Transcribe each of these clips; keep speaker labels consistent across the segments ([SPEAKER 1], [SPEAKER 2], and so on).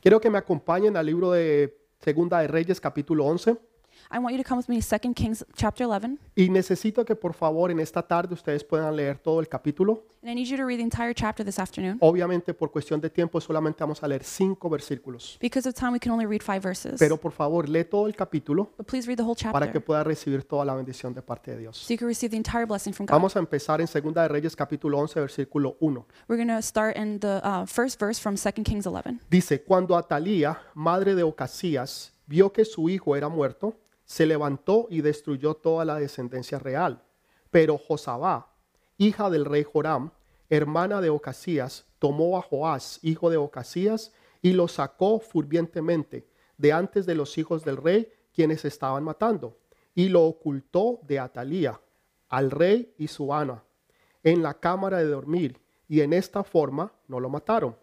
[SPEAKER 1] Quiero que me acompañen al libro de Segunda de Reyes, capítulo 11.
[SPEAKER 2] I want you to come with me to 2 Kings chapter 11,
[SPEAKER 1] Y necesito que por favor en esta tarde ustedes puedan leer todo el capítulo.
[SPEAKER 2] and I need you to read the entire chapter this afternoon.
[SPEAKER 1] Obviamente por cuestión de tiempo solamente vamos a leer cinco versículos.
[SPEAKER 2] Because of time, we can only read five verses.
[SPEAKER 1] Pero por favor lee todo el capítulo
[SPEAKER 2] but please read the whole
[SPEAKER 1] para que
[SPEAKER 2] chapter
[SPEAKER 1] pueda recibir toda la bendición de parte de Dios.
[SPEAKER 2] so you can receive the entire blessing from God.
[SPEAKER 1] Vamos a empezar en Segunda de Reyes capítulo 11 versículo 1.
[SPEAKER 2] We're going to start in the uh, first verse from 2 Kings 11.
[SPEAKER 1] Dice, cuando Atalía, madre de Ocasías, vio que su hijo era muerto, se levantó y destruyó toda la descendencia real. Pero Josabá, hija del rey Joram, hermana de Ocasías, tomó a Joás, hijo de Ocasías, y lo sacó furbientemente de antes de los hijos del rey, quienes estaban matando, y lo ocultó de Atalía, al rey y su ana, en la cámara de dormir, y en esta forma no lo mataron.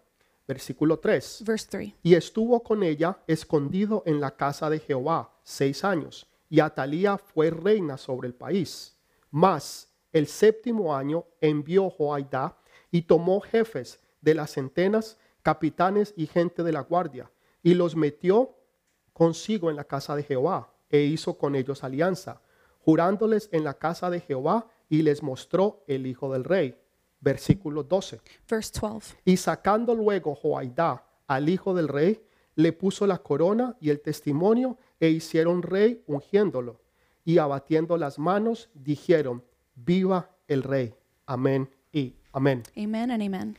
[SPEAKER 1] Versículo 3
[SPEAKER 2] Verse 3.
[SPEAKER 1] y estuvo con ella escondido en la casa de Jehová seis años, y Atalía fue reina sobre el país. Mas el séptimo año envió Joaidá y tomó jefes de las centenas, capitanes y gente de la guardia, y los metió consigo en la casa de Jehová, e hizo con ellos alianza, jurándoles en la casa de Jehová, y les mostró el hijo del rey. Versículo 12.
[SPEAKER 2] Verse 12.
[SPEAKER 1] Y sacando luego Joaidá al hijo del rey, le puso la corona y el testimonio e hicieron rey ungiéndolo. Y abatiendo las manos, dijeron, viva el rey. Amén y amén.
[SPEAKER 2] Amen and amen.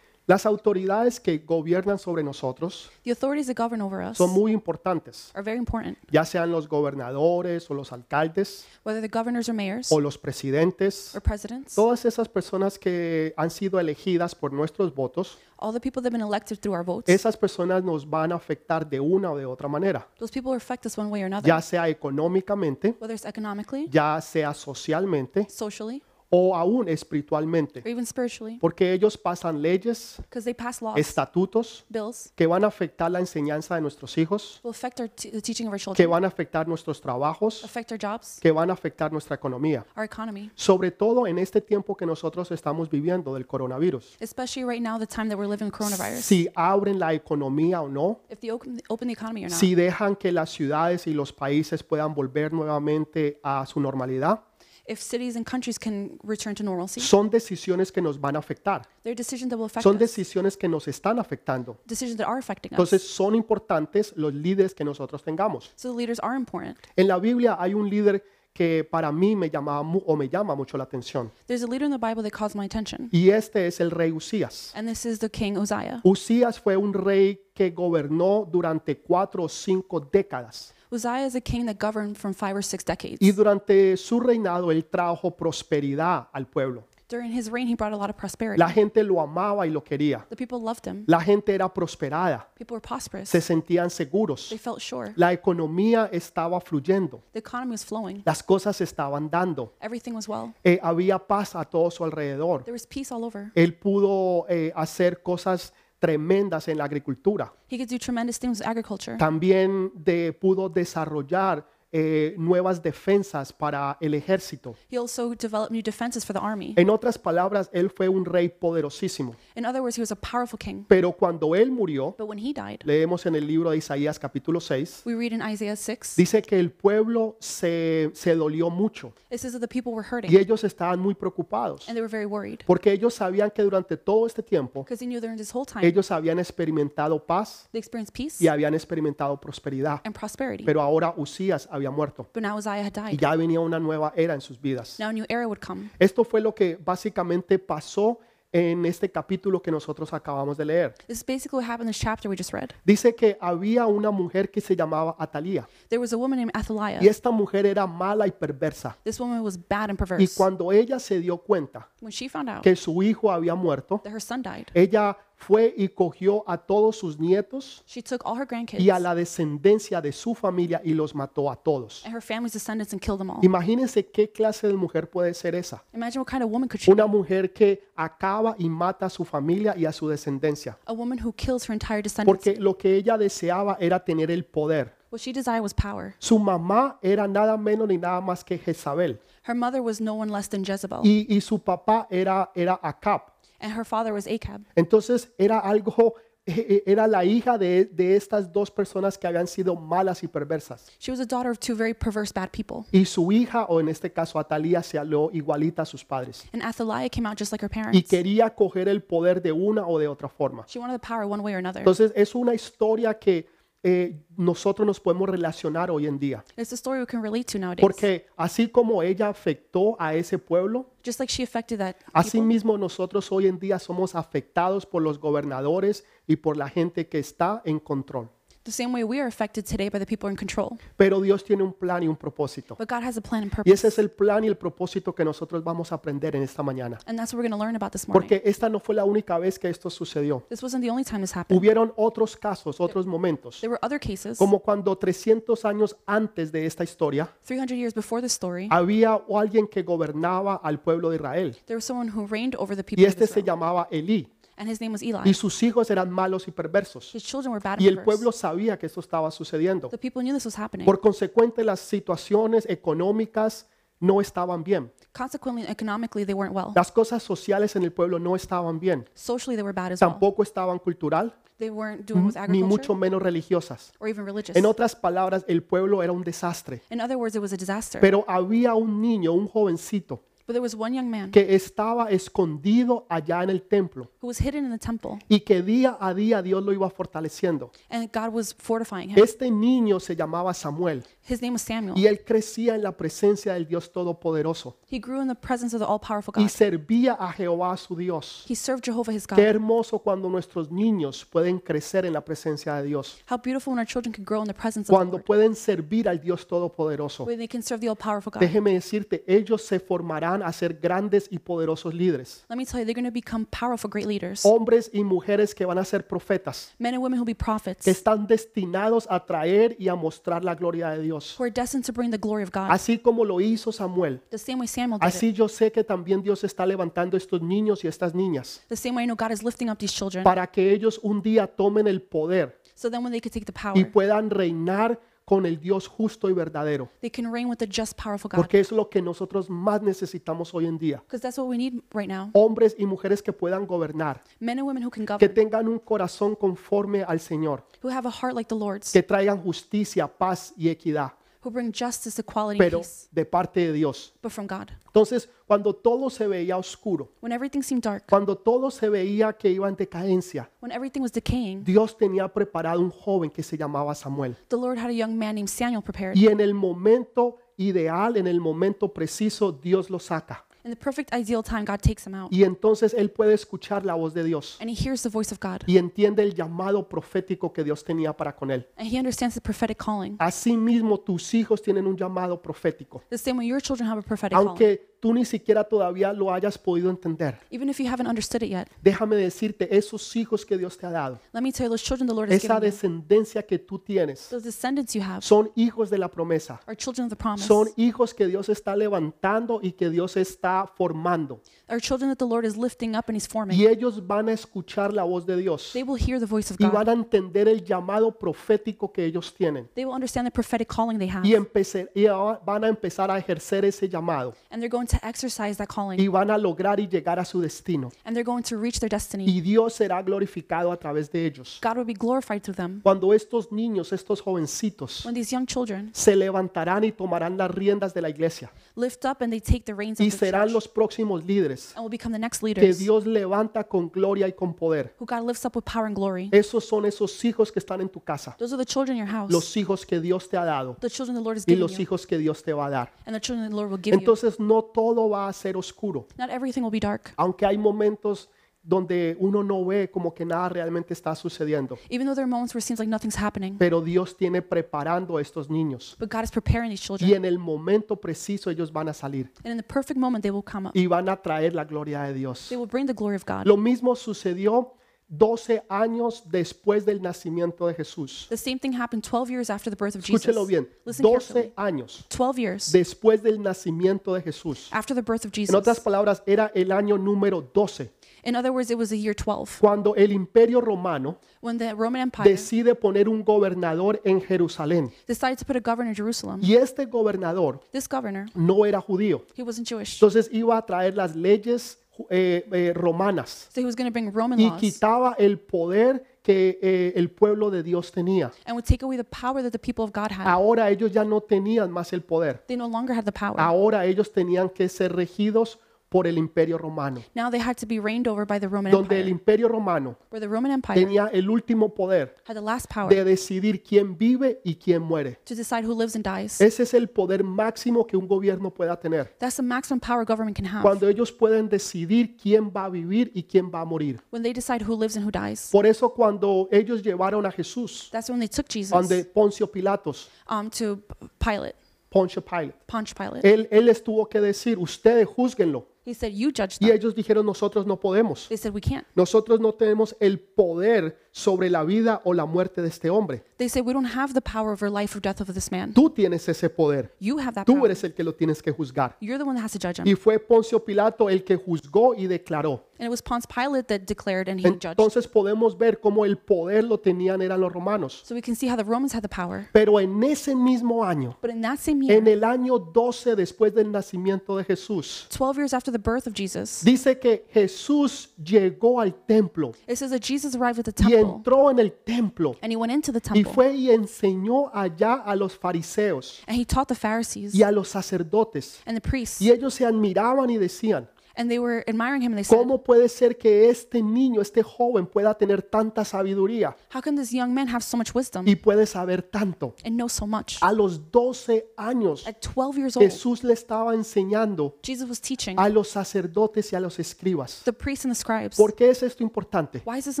[SPEAKER 1] Las autoridades que gobiernan sobre nosotros
[SPEAKER 2] The authorities that govern over us
[SPEAKER 1] son muy importantes,
[SPEAKER 2] are very important,
[SPEAKER 1] ya sean los gobernadores o los alcaldes
[SPEAKER 2] whether the governors or mayors
[SPEAKER 1] o los presidentes.
[SPEAKER 2] or presidents,
[SPEAKER 1] Todas esas personas que han sido elegidas por nuestros votos,
[SPEAKER 2] all the people that have been elected through our votes.
[SPEAKER 1] esas personas nos van a afectar de una o de otra manera.
[SPEAKER 2] Those people affect us one way or another,
[SPEAKER 1] ya sea económicamente,
[SPEAKER 2] whether it's economically,
[SPEAKER 1] ya sea socialmente
[SPEAKER 2] socially,
[SPEAKER 1] o aún espiritualmente,
[SPEAKER 2] or even spiritually,
[SPEAKER 1] porque ellos pasan leyes,
[SPEAKER 2] because they pass laws,
[SPEAKER 1] estatutos
[SPEAKER 2] bills,
[SPEAKER 1] que van a afectar la enseñanza de nuestros hijos,
[SPEAKER 2] will affect our t- the teaching of our
[SPEAKER 1] que
[SPEAKER 2] children,
[SPEAKER 1] van a afectar nuestros trabajos,
[SPEAKER 2] affect our jobs,
[SPEAKER 1] que van a afectar nuestra economía,
[SPEAKER 2] our economy,
[SPEAKER 1] sobre todo en este tiempo que nosotros estamos viviendo del coronavirus.
[SPEAKER 2] especially right now, the time that we're living with coronavirus.
[SPEAKER 1] Si abren la economía o no,
[SPEAKER 2] If they open, open the economy or not,
[SPEAKER 1] si dejan que las ciudades y los países puedan volver nuevamente a su normalidad,
[SPEAKER 2] if cities and countries can return to normalcy,
[SPEAKER 1] son decisiones que nos van a afectar,
[SPEAKER 2] they're decisions that will affect
[SPEAKER 1] son
[SPEAKER 2] us,
[SPEAKER 1] decisiones que nos están afectando.
[SPEAKER 2] decisions that are affecting us.
[SPEAKER 1] Entonces son importantes los líderes que nosotros tengamos.
[SPEAKER 2] So the leaders are important.
[SPEAKER 1] En la Biblia hay un líder que para mí me llamaba mu- o me llama mucho la atención
[SPEAKER 2] There's a leader in the Bible that calls my attention,
[SPEAKER 1] y este es el rey Usías.
[SPEAKER 2] and this is the king Uzziah.
[SPEAKER 1] Usías fue un rey que gobernó durante cuatro o cinco décadas
[SPEAKER 2] Uzziah is a king that governed from five or six decades.
[SPEAKER 1] y durante su reinado él trajo prosperidad al pueblo.
[SPEAKER 2] During his reign, he brought a lot of prosperity.
[SPEAKER 1] La gente lo amaba y lo quería.
[SPEAKER 2] The people loved him.
[SPEAKER 1] La gente era prosperada,
[SPEAKER 2] People were prosperous.
[SPEAKER 1] se sentían seguros.
[SPEAKER 2] They felt sure.
[SPEAKER 1] La economía estaba fluyendo,
[SPEAKER 2] The economy was flowing.
[SPEAKER 1] las cosas se estaban dando.
[SPEAKER 2] Everything was well.
[SPEAKER 1] eh, había paz a todo su alrededor.
[SPEAKER 2] There was peace all over.
[SPEAKER 1] Él pudo eh, hacer cosas tremendas en la agricultura.
[SPEAKER 2] He could do tremendous things with agriculture.
[SPEAKER 1] También de- pudo desarrollar eh, nuevas defensas para el ejército.
[SPEAKER 2] He also developed new defenses for the army.
[SPEAKER 1] En otras palabras, él fue un rey poderosísimo.
[SPEAKER 2] In other words, he was a powerful king.
[SPEAKER 1] Pero cuando él murió,
[SPEAKER 2] But when he died,
[SPEAKER 1] leemos en el libro de Isaías capítulo 6,
[SPEAKER 2] we read in Isaiah 6,
[SPEAKER 1] dice que el pueblo se, se dolió mucho
[SPEAKER 2] it says that the people were
[SPEAKER 1] y
[SPEAKER 2] hurting
[SPEAKER 1] ellos estaban muy preocupados
[SPEAKER 2] and they were very worried
[SPEAKER 1] porque ellos sabían que durante todo este tiempo
[SPEAKER 2] because they knew during this whole time
[SPEAKER 1] ellos habían experimentado paz,
[SPEAKER 2] they experienced peace
[SPEAKER 1] y habían experimentado prosperidad.
[SPEAKER 2] and prosperity.
[SPEAKER 1] Pero ahora Usías había muerto
[SPEAKER 2] But now Uzziah had
[SPEAKER 1] y
[SPEAKER 2] died.
[SPEAKER 1] ya venía una nueva era en sus vidas.
[SPEAKER 2] Now a new era would come.
[SPEAKER 1] Esto fue lo que básicamente pasó en este capítulo que nosotros acabamos de leer.
[SPEAKER 2] This is basically what happened in this chapter we just read.
[SPEAKER 1] Dice que había una mujer que se llamaba Atalía
[SPEAKER 2] There was a woman named Athaliah.
[SPEAKER 1] y esta mujer era mala y perversa.
[SPEAKER 2] This woman was bad and
[SPEAKER 1] Y
[SPEAKER 2] perverse.
[SPEAKER 1] cuando ella se dio cuenta
[SPEAKER 2] When she found out
[SPEAKER 1] que su hijo había muerto,
[SPEAKER 2] that her son died,
[SPEAKER 1] ella fue y cogió a todos sus nietos
[SPEAKER 2] she took all her
[SPEAKER 1] y a
[SPEAKER 2] grandkids
[SPEAKER 1] la descendencia de su familia y los mató a todos.
[SPEAKER 2] and her family's descendants and killed them all.
[SPEAKER 1] Imagínense qué clase de mujer puede ser esa.
[SPEAKER 2] Imagine what kind of woman could she be?
[SPEAKER 1] Una mujer que acaba y mata a su familia y a su descendencia.
[SPEAKER 2] A woman who kills her entire descendants.
[SPEAKER 1] Porque lo que ella deseaba era tener el poder.
[SPEAKER 2] What she desired was power.
[SPEAKER 1] Su mamá era nada menos ni nada más que Jezabel.
[SPEAKER 2] Her mother was no one less than Jezebel,
[SPEAKER 1] Y, y su papá era, era Acab.
[SPEAKER 2] and her father was Acab.
[SPEAKER 1] Entonces era algo eh, eh, era la hija de, de estas dos personas que habían sido malas y perversas.
[SPEAKER 2] She was a daughter of two very perverse, bad people.
[SPEAKER 1] Y su hija, o en este caso Atalía, se aló igualita a sus padres.
[SPEAKER 2] And Athaliah came out just like
[SPEAKER 1] Y
[SPEAKER 2] her parents.
[SPEAKER 1] quería coger el poder de una o de otra forma.
[SPEAKER 2] She wanted the power one way or another.
[SPEAKER 1] Entonces es una historia que eh, nosotros nos podemos relacionar hoy en día.
[SPEAKER 2] It's a story we can relate to nowadays.
[SPEAKER 1] Porque así como ella afectó a ese pueblo,
[SPEAKER 2] Just like she affected that. people.
[SPEAKER 1] asimismo nosotros hoy en día somos afectados por los gobernadores y por la gente que está en control.
[SPEAKER 2] The same way we are affected today by the people in control.
[SPEAKER 1] Pero Dios tiene un plan y un propósito.
[SPEAKER 2] But God has a plan and
[SPEAKER 1] Y
[SPEAKER 2] purpose.
[SPEAKER 1] ese es el plan y el propósito que nosotros vamos a aprender en esta mañana.
[SPEAKER 2] And that's what we're going to learn about this morning.
[SPEAKER 1] Porque esta no fue la única vez que esto sucedió.
[SPEAKER 2] This wasn't the only time this happened.
[SPEAKER 1] Hubieron otros casos, otros momentos,
[SPEAKER 2] There were other cases.
[SPEAKER 1] como cuando 300 años antes de esta historia
[SPEAKER 2] 300 years before this story,
[SPEAKER 1] había alguien que gobernaba al pueblo de Israel
[SPEAKER 2] there was someone who reigned over the
[SPEAKER 1] y
[SPEAKER 2] people of
[SPEAKER 1] este se
[SPEAKER 2] Israel.
[SPEAKER 1] llamaba Elí
[SPEAKER 2] And his name was Eli.
[SPEAKER 1] y sus hijos eran malos y perversos
[SPEAKER 2] His children were bad
[SPEAKER 1] y
[SPEAKER 2] and
[SPEAKER 1] el
[SPEAKER 2] perverse.
[SPEAKER 1] pueblo sabía que esto estaba sucediendo.
[SPEAKER 2] The people knew this was happening.
[SPEAKER 1] Por consecuente las situaciones económicas no estaban bien,
[SPEAKER 2] Consequently, economically, they weren't well.
[SPEAKER 1] las cosas sociales en el pueblo no estaban bien,
[SPEAKER 2] Socially, they were bad as well.
[SPEAKER 1] tampoco estaban cultural
[SPEAKER 2] They weren't doing with
[SPEAKER 1] ni
[SPEAKER 2] agriculture
[SPEAKER 1] Mm-hmm. mucho menos religiosas.
[SPEAKER 2] or even religious.
[SPEAKER 1] En otras palabras, el pueblo era un desastre.
[SPEAKER 2] In other words, it was a disaster.
[SPEAKER 1] Pero había un niño, un jovencito,
[SPEAKER 2] But there was one young man
[SPEAKER 1] que estaba escondido allá en el templo
[SPEAKER 2] who was hidden in the temple,
[SPEAKER 1] y que día a día Dios lo iba fortaleciendo.
[SPEAKER 2] and God was fortifying him.
[SPEAKER 1] Este niño se llamaba Samuel
[SPEAKER 2] His name was Samuel.
[SPEAKER 1] y él crecía en la presencia del Dios Todopoderoso
[SPEAKER 2] He grew in the presence of the all-powerful
[SPEAKER 1] y
[SPEAKER 2] God.
[SPEAKER 1] servía a Jehová su Dios.
[SPEAKER 2] He served Jehovah his
[SPEAKER 1] Qué
[SPEAKER 2] God.
[SPEAKER 1] hermoso cuando nuestros niños pueden crecer en la presencia de Dios,
[SPEAKER 2] How beautiful when our children can grow in the presence of the
[SPEAKER 1] cuando
[SPEAKER 2] Lord,
[SPEAKER 1] pueden servir al Dios Todopoderoso.
[SPEAKER 2] when they can serve the all-powerful God.
[SPEAKER 1] Déjeme decirte, ellos se formarán a ser grandes y poderosos líderes.
[SPEAKER 2] Let me tell you, they're going to become powerful, great leaders.
[SPEAKER 1] hombres y mujeres que van a ser profetas,
[SPEAKER 2] Men and women who'll be prophets,
[SPEAKER 1] que están destinados a traer y a mostrar la gloria de Dios.
[SPEAKER 2] who are destined to bring the glory of God.
[SPEAKER 1] Así como lo hizo Samuel,
[SPEAKER 2] The same way Samuel did it.
[SPEAKER 1] así yo sé que también Dios está levantando estos niños y estas niñas
[SPEAKER 2] The same way I know God is lifting up these children,
[SPEAKER 1] para que ellos un día tomen el poder
[SPEAKER 2] so then when they can take the
[SPEAKER 1] y
[SPEAKER 2] power,
[SPEAKER 1] puedan reinar con el Dios justo y verdadero,
[SPEAKER 2] they can reign with the just, powerful God.
[SPEAKER 1] porque es lo que nosotros más necesitamos hoy en día.
[SPEAKER 2] Because that's what we need right now.
[SPEAKER 1] Hombres y mujeres que puedan gobernar,
[SPEAKER 2] Men and women who can
[SPEAKER 1] que
[SPEAKER 2] govern,
[SPEAKER 1] tengan un corazón conforme al Señor,
[SPEAKER 2] who have a heart like the Lord's,
[SPEAKER 1] que traigan justicia, paz y equidad.
[SPEAKER 2] who bring justice, equality, and
[SPEAKER 1] pero
[SPEAKER 2] peace,
[SPEAKER 1] de parte de Dios.
[SPEAKER 2] but from God.
[SPEAKER 1] Entonces, cuando todo se veía oscuro,
[SPEAKER 2] When everything seemed dark,
[SPEAKER 1] cuando todo se veía que iba en decadencia,
[SPEAKER 2] when everything was decaying,
[SPEAKER 1] Dios tenía preparado un joven que se llamaba Samuel.
[SPEAKER 2] the Lord had a young man named Samuel prepared.
[SPEAKER 1] Y en el momento ideal, en el momento preciso, Dios lo saca.
[SPEAKER 2] In the perfect ideal time, God takes him out,
[SPEAKER 1] Y entonces él puede escuchar la voz de Dios
[SPEAKER 2] and he hears the voice of God,
[SPEAKER 1] y entiende el llamado profético que Dios tenía para con él.
[SPEAKER 2] and he understands the prophetic calling.
[SPEAKER 1] Asimismo, tus hijos tienen un llamado profético,
[SPEAKER 2] The same way your children have a prophetic calling.
[SPEAKER 1] aunque tú ni siquiera todavía lo hayas podido entender.
[SPEAKER 2] Even if you haven't understood it yet,
[SPEAKER 1] Déjame decirte, esos hijos que Dios te ha dado,
[SPEAKER 2] let me tell you, those children the Lord has
[SPEAKER 1] Esa
[SPEAKER 2] given you,
[SPEAKER 1] descendencia que tú tienes
[SPEAKER 2] those descendants you have,
[SPEAKER 1] son hijos de la promesa.
[SPEAKER 2] are children of the promise,
[SPEAKER 1] Son hijos que Dios está levantando y que Dios está formando.
[SPEAKER 2] are children that the Lord is lifting up and he's forming.
[SPEAKER 1] Y ellos van a escuchar la voz de Dios
[SPEAKER 2] They will hear the voice of
[SPEAKER 1] y
[SPEAKER 2] God.
[SPEAKER 1] van a entender el llamado profético que ellos tienen.
[SPEAKER 2] They will understand the prophetic calling they have,
[SPEAKER 1] Y, empece- y a- van a empezar a ejercer ese llamado
[SPEAKER 2] and they're going to exercise that calling,
[SPEAKER 1] y van a lograr y llegar a su destino.
[SPEAKER 2] and they're going to reach their destiny.
[SPEAKER 1] Y Dios será glorificado a través de ellos.
[SPEAKER 2] God will be glorified through them.
[SPEAKER 1] Cuando estos niños, estos jovencitos,
[SPEAKER 2] When these young children
[SPEAKER 1] se levantarán y tomarán las riendas de la iglesia
[SPEAKER 2] lift up and they take the reins
[SPEAKER 1] y
[SPEAKER 2] of the
[SPEAKER 1] serán
[SPEAKER 2] church
[SPEAKER 1] los próximos líderes
[SPEAKER 2] and will become the next
[SPEAKER 1] que
[SPEAKER 2] leaders,
[SPEAKER 1] Dios levanta con gloria y con poder.
[SPEAKER 2] who God lifts up with power and glory.
[SPEAKER 1] Esos son esos hijos que están en tu casa,
[SPEAKER 2] Those are the children in your house,
[SPEAKER 1] los hijos que Dios te ha dado
[SPEAKER 2] the children the Lord has
[SPEAKER 1] y
[SPEAKER 2] given
[SPEAKER 1] los
[SPEAKER 2] you,
[SPEAKER 1] hijos que Dios te va a dar.
[SPEAKER 2] and the children the Lord will give you.
[SPEAKER 1] Entonces no todo va a ser oscuro,
[SPEAKER 2] Not everything will be dark.
[SPEAKER 1] aunque hay momentos donde uno no ve como que nada realmente está sucediendo,
[SPEAKER 2] Even though there are moments where it seems like nothing's happening,
[SPEAKER 1] pero Dios tiene preparando a estos niños
[SPEAKER 2] but God is preparing these children.
[SPEAKER 1] y en el momento preciso ellos van a salir
[SPEAKER 2] And in the perfect moment, they will come up.
[SPEAKER 1] y van a traer la gloria de Dios.
[SPEAKER 2] They will bring the glory of God.
[SPEAKER 1] Lo mismo sucedió 12 años después del nacimiento de Jesús.
[SPEAKER 2] The same thing happened 12 years after the birth of Jesus.
[SPEAKER 1] Escúchelo bien,
[SPEAKER 2] Listen
[SPEAKER 1] 12
[SPEAKER 2] carefully.
[SPEAKER 1] años
[SPEAKER 2] 12 years
[SPEAKER 1] después del nacimiento de Jesús.
[SPEAKER 2] after the birth of
[SPEAKER 1] En otras
[SPEAKER 2] Jesus.
[SPEAKER 1] palabras, era el año número 12,
[SPEAKER 2] In other words, it was the year 12
[SPEAKER 1] cuando el imperio romano
[SPEAKER 2] when the Roman Empire
[SPEAKER 1] decide poner un gobernador en Jerusalén.
[SPEAKER 2] decided to put a governor in Jerusalem.
[SPEAKER 1] Y este gobernador
[SPEAKER 2] This governor,
[SPEAKER 1] no era judío.
[SPEAKER 2] he wasn't Jewish.
[SPEAKER 1] Entonces iba a traer las leyes ju- eh, eh, romanas
[SPEAKER 2] So he was going to bring Roman
[SPEAKER 1] y
[SPEAKER 2] laws
[SPEAKER 1] quitaba el poder que eh, el pueblo de Dios tenía.
[SPEAKER 2] and would take away the power that the people of God had.
[SPEAKER 1] Ahora ellos ya no tenían más el poder.
[SPEAKER 2] They no longer had the power.
[SPEAKER 1] Ahora ellos tenían que ser regidos por el imperio romano,
[SPEAKER 2] Now they had to be reigned over by the Roman
[SPEAKER 1] donde el
[SPEAKER 2] Empire,
[SPEAKER 1] imperio romano
[SPEAKER 2] where the Roman Empire
[SPEAKER 1] tenía el último poder
[SPEAKER 2] had the last power
[SPEAKER 1] de decidir quién vive y quién muere.
[SPEAKER 2] to decide who lives and dies.
[SPEAKER 1] Ese es el poder máximo que un gobierno pueda tener,
[SPEAKER 2] That's the maximum power government can have
[SPEAKER 1] cuando ellos pueden decidir quién va a vivir y quién va a morir.
[SPEAKER 2] when they decide who lives and who dies.
[SPEAKER 1] Por eso cuando ellos llevaron a Jesús,
[SPEAKER 2] That's when they took
[SPEAKER 1] donde
[SPEAKER 2] Jesus
[SPEAKER 1] Poncio Pilatos,
[SPEAKER 2] um, to Pilate,
[SPEAKER 1] Poncio Pilate,
[SPEAKER 2] Ponch Pilate.
[SPEAKER 1] él, él les tuvo que decir, ustedes juzguenlo.
[SPEAKER 2] He said, You judge
[SPEAKER 1] Y
[SPEAKER 2] them.
[SPEAKER 1] ellos dijeron, nosotros no podemos.
[SPEAKER 2] They said, We can't.
[SPEAKER 1] Nosotros no tenemos el poder sobre la vida o la muerte de este hombre.
[SPEAKER 2] They said, We don't have the power over life or death of this man.
[SPEAKER 1] Tú tienes ese poder.
[SPEAKER 2] You have that
[SPEAKER 1] Tú
[SPEAKER 2] power.
[SPEAKER 1] eres el que lo tienes que juzgar.
[SPEAKER 2] You're the one that has to judge him.
[SPEAKER 1] Y fue Poncio Pilato el que juzgó y declaró.
[SPEAKER 2] And it was Ponce Pilate that declared and he judged.
[SPEAKER 1] Entonces podemos ver cómo el poder lo tenían eran los romanos.
[SPEAKER 2] So we can see how the Romans had the power.
[SPEAKER 1] Pero en ese mismo año,
[SPEAKER 2] But in that same year,
[SPEAKER 1] en el año 12 después del nacimiento de Jesús,
[SPEAKER 2] 12 years after the birth of Jesus,
[SPEAKER 1] dice que Jesús llegó al templo
[SPEAKER 2] it says that Jesus arrived at the
[SPEAKER 1] y
[SPEAKER 2] temple
[SPEAKER 1] entró en el templo
[SPEAKER 2] and he went into the
[SPEAKER 1] y
[SPEAKER 2] temple
[SPEAKER 1] fue y enseñó allá a los fariseos
[SPEAKER 2] and he taught the Pharisees
[SPEAKER 1] y a los sacerdotes.
[SPEAKER 2] and the priests.
[SPEAKER 1] Y ellos se admiraban y decían,
[SPEAKER 2] And they were admiring him and they said,
[SPEAKER 1] ¿cómo puede ser que este niño, este joven pueda tener tanta sabiduría
[SPEAKER 2] How can this young man have so much wisdom
[SPEAKER 1] y puede saber tanto?
[SPEAKER 2] and know so much?
[SPEAKER 1] A los 12 años
[SPEAKER 2] At 12 years old,
[SPEAKER 1] Jesús le estaba enseñando
[SPEAKER 2] Jesus was teaching
[SPEAKER 1] a los sacerdotes y a los escribas.
[SPEAKER 2] the priests and the scribes.
[SPEAKER 1] ¿Por qué es esto importante?
[SPEAKER 2] Why is this